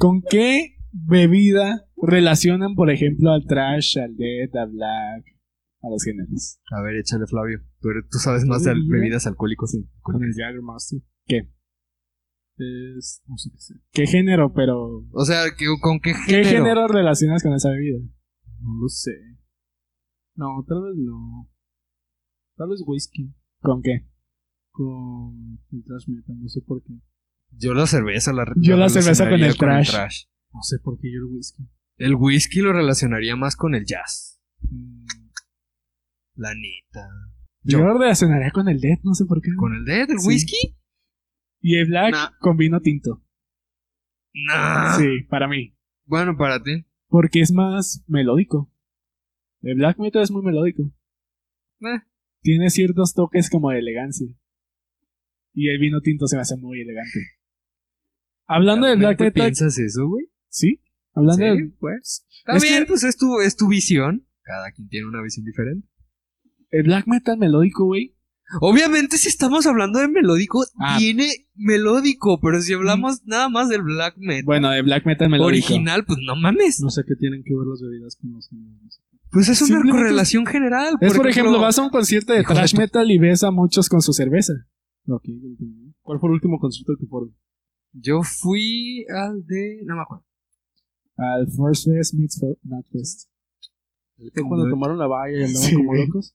S12: ¿Con qué bebida relacionan, por ejemplo, al trash, al dead, al black, a los géneros?
S3: A ver, échale Flavio. Tú, eres- tú sabes más de al- bebidas alcohólicas.
S12: Con el Jagger Master. ¿Qué? Es, no sé qué sea. ¿Qué género, pero.
S3: O sea, ¿qué- ¿con qué
S12: ¿Qué
S3: género?
S12: género relacionas con esa bebida? No lo sé. No, tal vez no. Tal vez whisky. ¿Con qué? Con el trash metal, no sé por qué.
S3: Yo la cerveza la
S12: Yo la cerveza
S3: relacionaría
S12: con el trash.
S3: trash.
S12: No sé por qué yo el whisky.
S3: El whisky lo relacionaría más con el jazz. Mm. La neta.
S12: Yo,
S3: Yo.
S12: lo relacionaría con el dead, no sé por qué.
S3: ¿Con el dead? ¿El
S12: Sí.
S3: whisky?
S12: Y el black
S3: Nah. Ah.
S12: con vino tinto.
S3: Nah.
S12: Sí, para mí.
S3: Bueno, para ti.
S12: Porque es más melódico. El black metal es muy melódico.
S3: Eh.
S12: Tiene ciertos toques como de elegancia. Y el vino tinto se me hace muy elegante. Hablando del black
S3: ¿Realmente
S12: metal,
S3: piensas eso, güey?
S12: sí. Hablando
S3: Sí,
S12: del
S3: pues.
S12: Es
S3: También,
S12: que-
S3: pues es tu, es tu visión. Cada quien tiene una visión diferente.
S12: el black metal melódico, güey.
S3: Obviamente, si estamos hablando de melódico,
S12: Ah.
S3: tiene melódico. Pero si hablamos nada más del black metal
S12: Bueno, el black metal melódico.
S3: original, pues no mames.
S2: No sé qué tienen que ver las bebidas con los géneros.
S3: Pues es una
S12: Simplemente-
S3: correlación general.
S12: Es por ejemplo, vas a un concierto de
S3: Hijo de
S12: thrash
S3: tu-
S12: metal y ves a muchos con su cerveza.
S2: Ok, ya entendí. ¿Cuál fue el último concierto que fueron?
S3: Yo fui al de. No me acuerdo.
S12: Al Force Fest meets For- Not Fest.
S2: ¿Fue cuando tomaron la valla y andaban
S12: Sí,
S2: como
S12: güey.
S2: locos?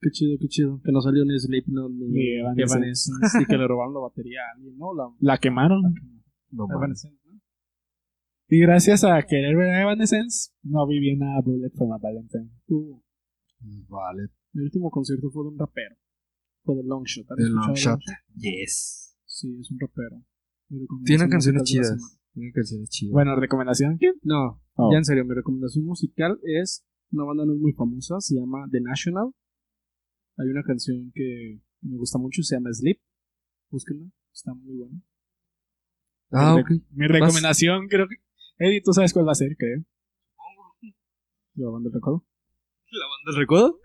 S2: Qué chido, qué chido. Que no salió ni Slipknot ni
S12: Y
S2: Evanescence y que le robaron la batería a alguien, ¿no? La,
S12: La quemaron.
S3: No, mames.
S2: Evanescence, ¿no?
S12: Y gracias a querer ver a Evanescence, no vi bien a Bullet from a Valentine.
S2: Uh,
S3: Vale.
S2: mi último concierto fue de un rapero. Fue de Longshot. ¿Han
S3: The
S2: escuchado
S3: Longshot.
S2: Longshot?
S3: Yes.
S2: Sí, es un rapero. Mi recomendación
S3: Tienen
S2: musical
S3: canciones
S2: de la
S3: chidas.
S2: semana.
S3: Tienen canciones chidas.
S12: Bueno, recomendación. ¿quién?
S2: No,
S12: Oh.
S2: ya en serio, mi recomendación musical es una banda no es muy famosa, se llama The National. Hay una canción que me gusta mucho, se llama Sleep. Búsquenla, está muy buena.
S3: Ah, ok.
S12: Mi recomendación, creo que. Eddie, tú sabes cuál va a ser, creo.
S2: La banda del recodo.
S3: ¿La banda del recodo?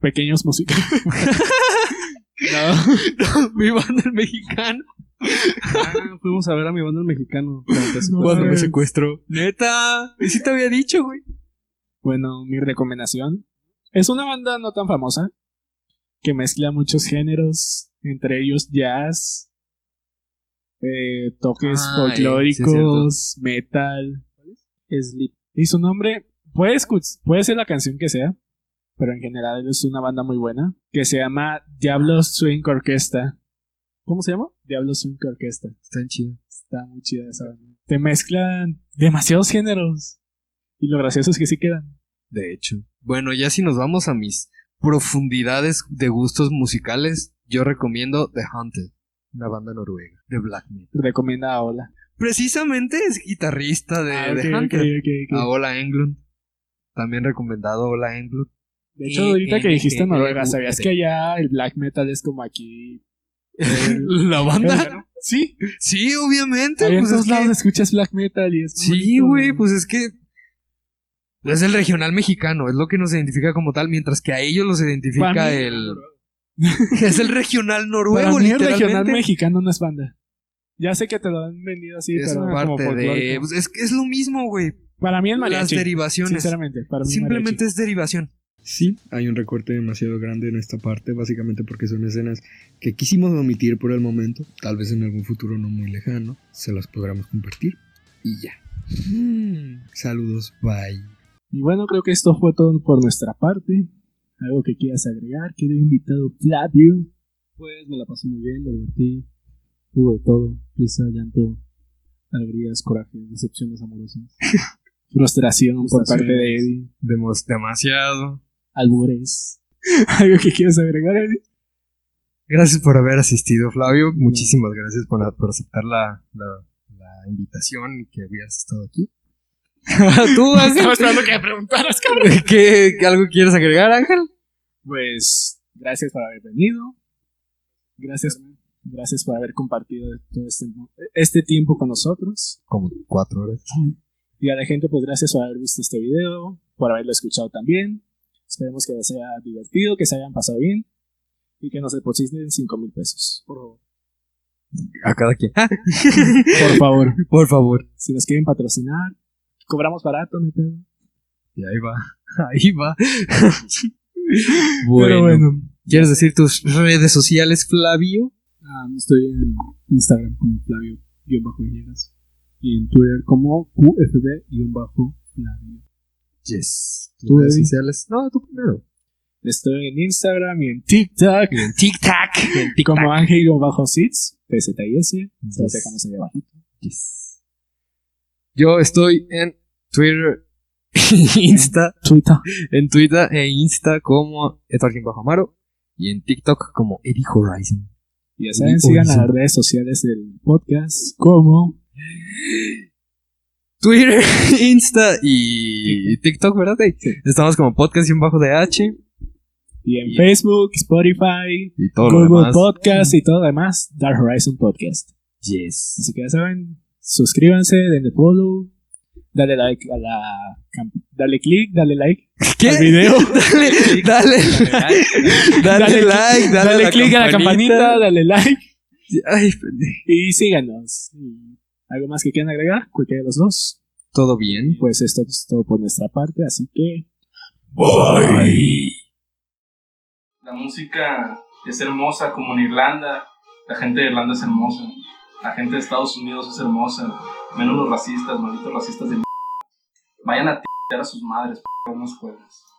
S12: Pequeños músicos.
S3: no, mi banda el mexicano.
S2: Ah, fuimos a ver a mi banda el mexicano.
S3: Cuando me secuestro. Neta. Y sí te había dicho, güey.
S12: Bueno, mi recomendación es una banda no tan famosa que mezcla muchos géneros, entre ellos jazz, eh,
S3: Ah, eh,
S12: toques
S3: sí, es
S12: folclóricos, metal.
S2: Sleep.
S12: Y su nombre puede, escu- puede ser la canción que sea, pero en general es una banda muy buena que se llama Diablo Swing Orquesta.
S2: ¿Cómo se llama?
S12: Diablo Swing Orquesta.
S3: Están chidas.
S12: Está muy chida esa banda. Te mezclan demasiados géneros. Y lo gracioso es que sí quedan.
S3: De hecho. Bueno, ya si nos vamos a mis profundidades de gustos musicales, yo recomiendo The Haunted, una banda noruega de black metal.
S12: Recomienda a Ola.
S3: Precisamente es guitarrista de
S12: Ah,
S3: The
S12: ok, ok,
S3: Haunted.
S12: ok, ok.
S3: A Ola Englund. También recomendado Hola Enblut.
S12: De hecho, ahorita que dijiste Noruega, ¿sabías que allá el black metal es como aquí?
S3: ¿La banda?
S12: Sí,
S3: sí, obviamente.
S12: ahí en
S3: Pues es
S12: todos
S3: que-
S12: lados escuchas black metal y es
S3: Sí,
S12: bonito,
S3: güey, pues es que es el regional mexicano, es lo que nos identifica como tal, mientras que a ellos los identifica
S12: Para mí-
S3: el es el regional
S12: Para
S3: noruego,
S12: mí el
S3: literalmente.
S12: regional mexicano no es banda. Ya sé que te lo han vendido así,
S3: es
S12: pero como
S3: parte de
S12: folclórico.
S3: pues es que es lo mismo, güey.
S12: Para mí el
S3: Las
S12: mariachi,
S3: derivaciones.
S12: sinceramente. Para mí el
S3: Simplemente es derivación.
S13: Sí, hay un recorte demasiado grande en esta parte, básicamente porque son escenas que quisimos omitir por el momento. Tal vez en algún futuro no muy lejano se las podremos compartir. Y ya. Saludos, bye.
S12: Y bueno, creo que esto fue todo por nuestra parte. Algo que quieras agregar, querido invitado Flavio. Pues me la pasé muy bien, me divertí. Hubo de todo: risa, llanto, alegrías, coraje, decepciones amorosas, frustración por parte de Eddie,
S3: Demos demasiado.
S12: albures. Algo que quieras agregar, Eddie.
S3: Gracias por haber asistido, Flavio. Muchísimas gracias por, por aceptar la, la- la invitación y que habías estado aquí. Tú, Ángel,
S2: Estaba esperando que me preguntaras, cabrón.
S3: ¿qué, qué algo quieres agregar, Ángel?
S12: Pues gracias por haber venido. Gracias, gracias por haber compartido todo este, este tiempo con nosotros.
S3: Como cuatro horas.
S12: Y a la gente, pues gracias por haber visto este video, por haberlo escuchado también. Esperemos que les haya divertido, que se hayan pasado bien y que nos depositen 5 mil pesos. Por favor.
S3: A cada quien.
S12: Por favor.
S3: Ah. Por favor.
S12: si nos quieren patrocinar, cobramos barato, no pedo.
S3: Y ahí va. Ahí va.
S12: Pero bueno,
S3: ¿Quieres decir tus redes sociales, Flavio?
S12: ah, estoy en Instagram como Flavio-Villegas y en Twitter como QFB-Flavio.
S3: Yes. ¿Tus
S12: ¿Tú,
S3: redes
S12: Eddie?
S3: sociales? No, tú primero.
S12: Estoy en Instagram y en TikTok
S3: Tic Tac.
S12: como Ángel-Sits, PZIS. Se los dejamos ahí abajo.
S3: Yes. Yo estoy en Twitter, Insta,
S12: Twitter.
S3: en Twitter e Insta como Etorquín Bajo Amaro y en TikTok como Eddie Horizon.
S12: Ya saben, sigan las redes sociales del podcast como
S3: Twitter, Insta y TikTok, ¿verdad? Eddie? Estamos como podcast y un bajo de H
S12: y en
S3: Y-
S12: Facebook, Spotify,
S3: y todo lo
S12: Google
S3: demás.
S12: Podcast y todo lo demás, Dark Horizon Podcast.
S3: Yes.
S12: Así que ya saben, suscríbanse, denle follow, dale like a la cam- dale click, dale like
S3: ¿Qué?
S12: al video,
S3: dale, dale, dale
S12: Dale
S3: like, dale,
S12: dale click a la campanita, dale like
S3: Ay, pendejo.
S12: y síganos. Y ¿Algo más que quieran agregar? Cualquiera de los dos.
S3: Todo bien.
S12: Pues esto es todo por nuestra parte, así que
S1: La música es hermosa, como en Irlanda. La gente de Irlanda es hermosa. La gente de Estados Unidos es hermosa. Menos los racistas, malditos racistas de m****. Vayan a tirar a sus madres, p***, no escuelas.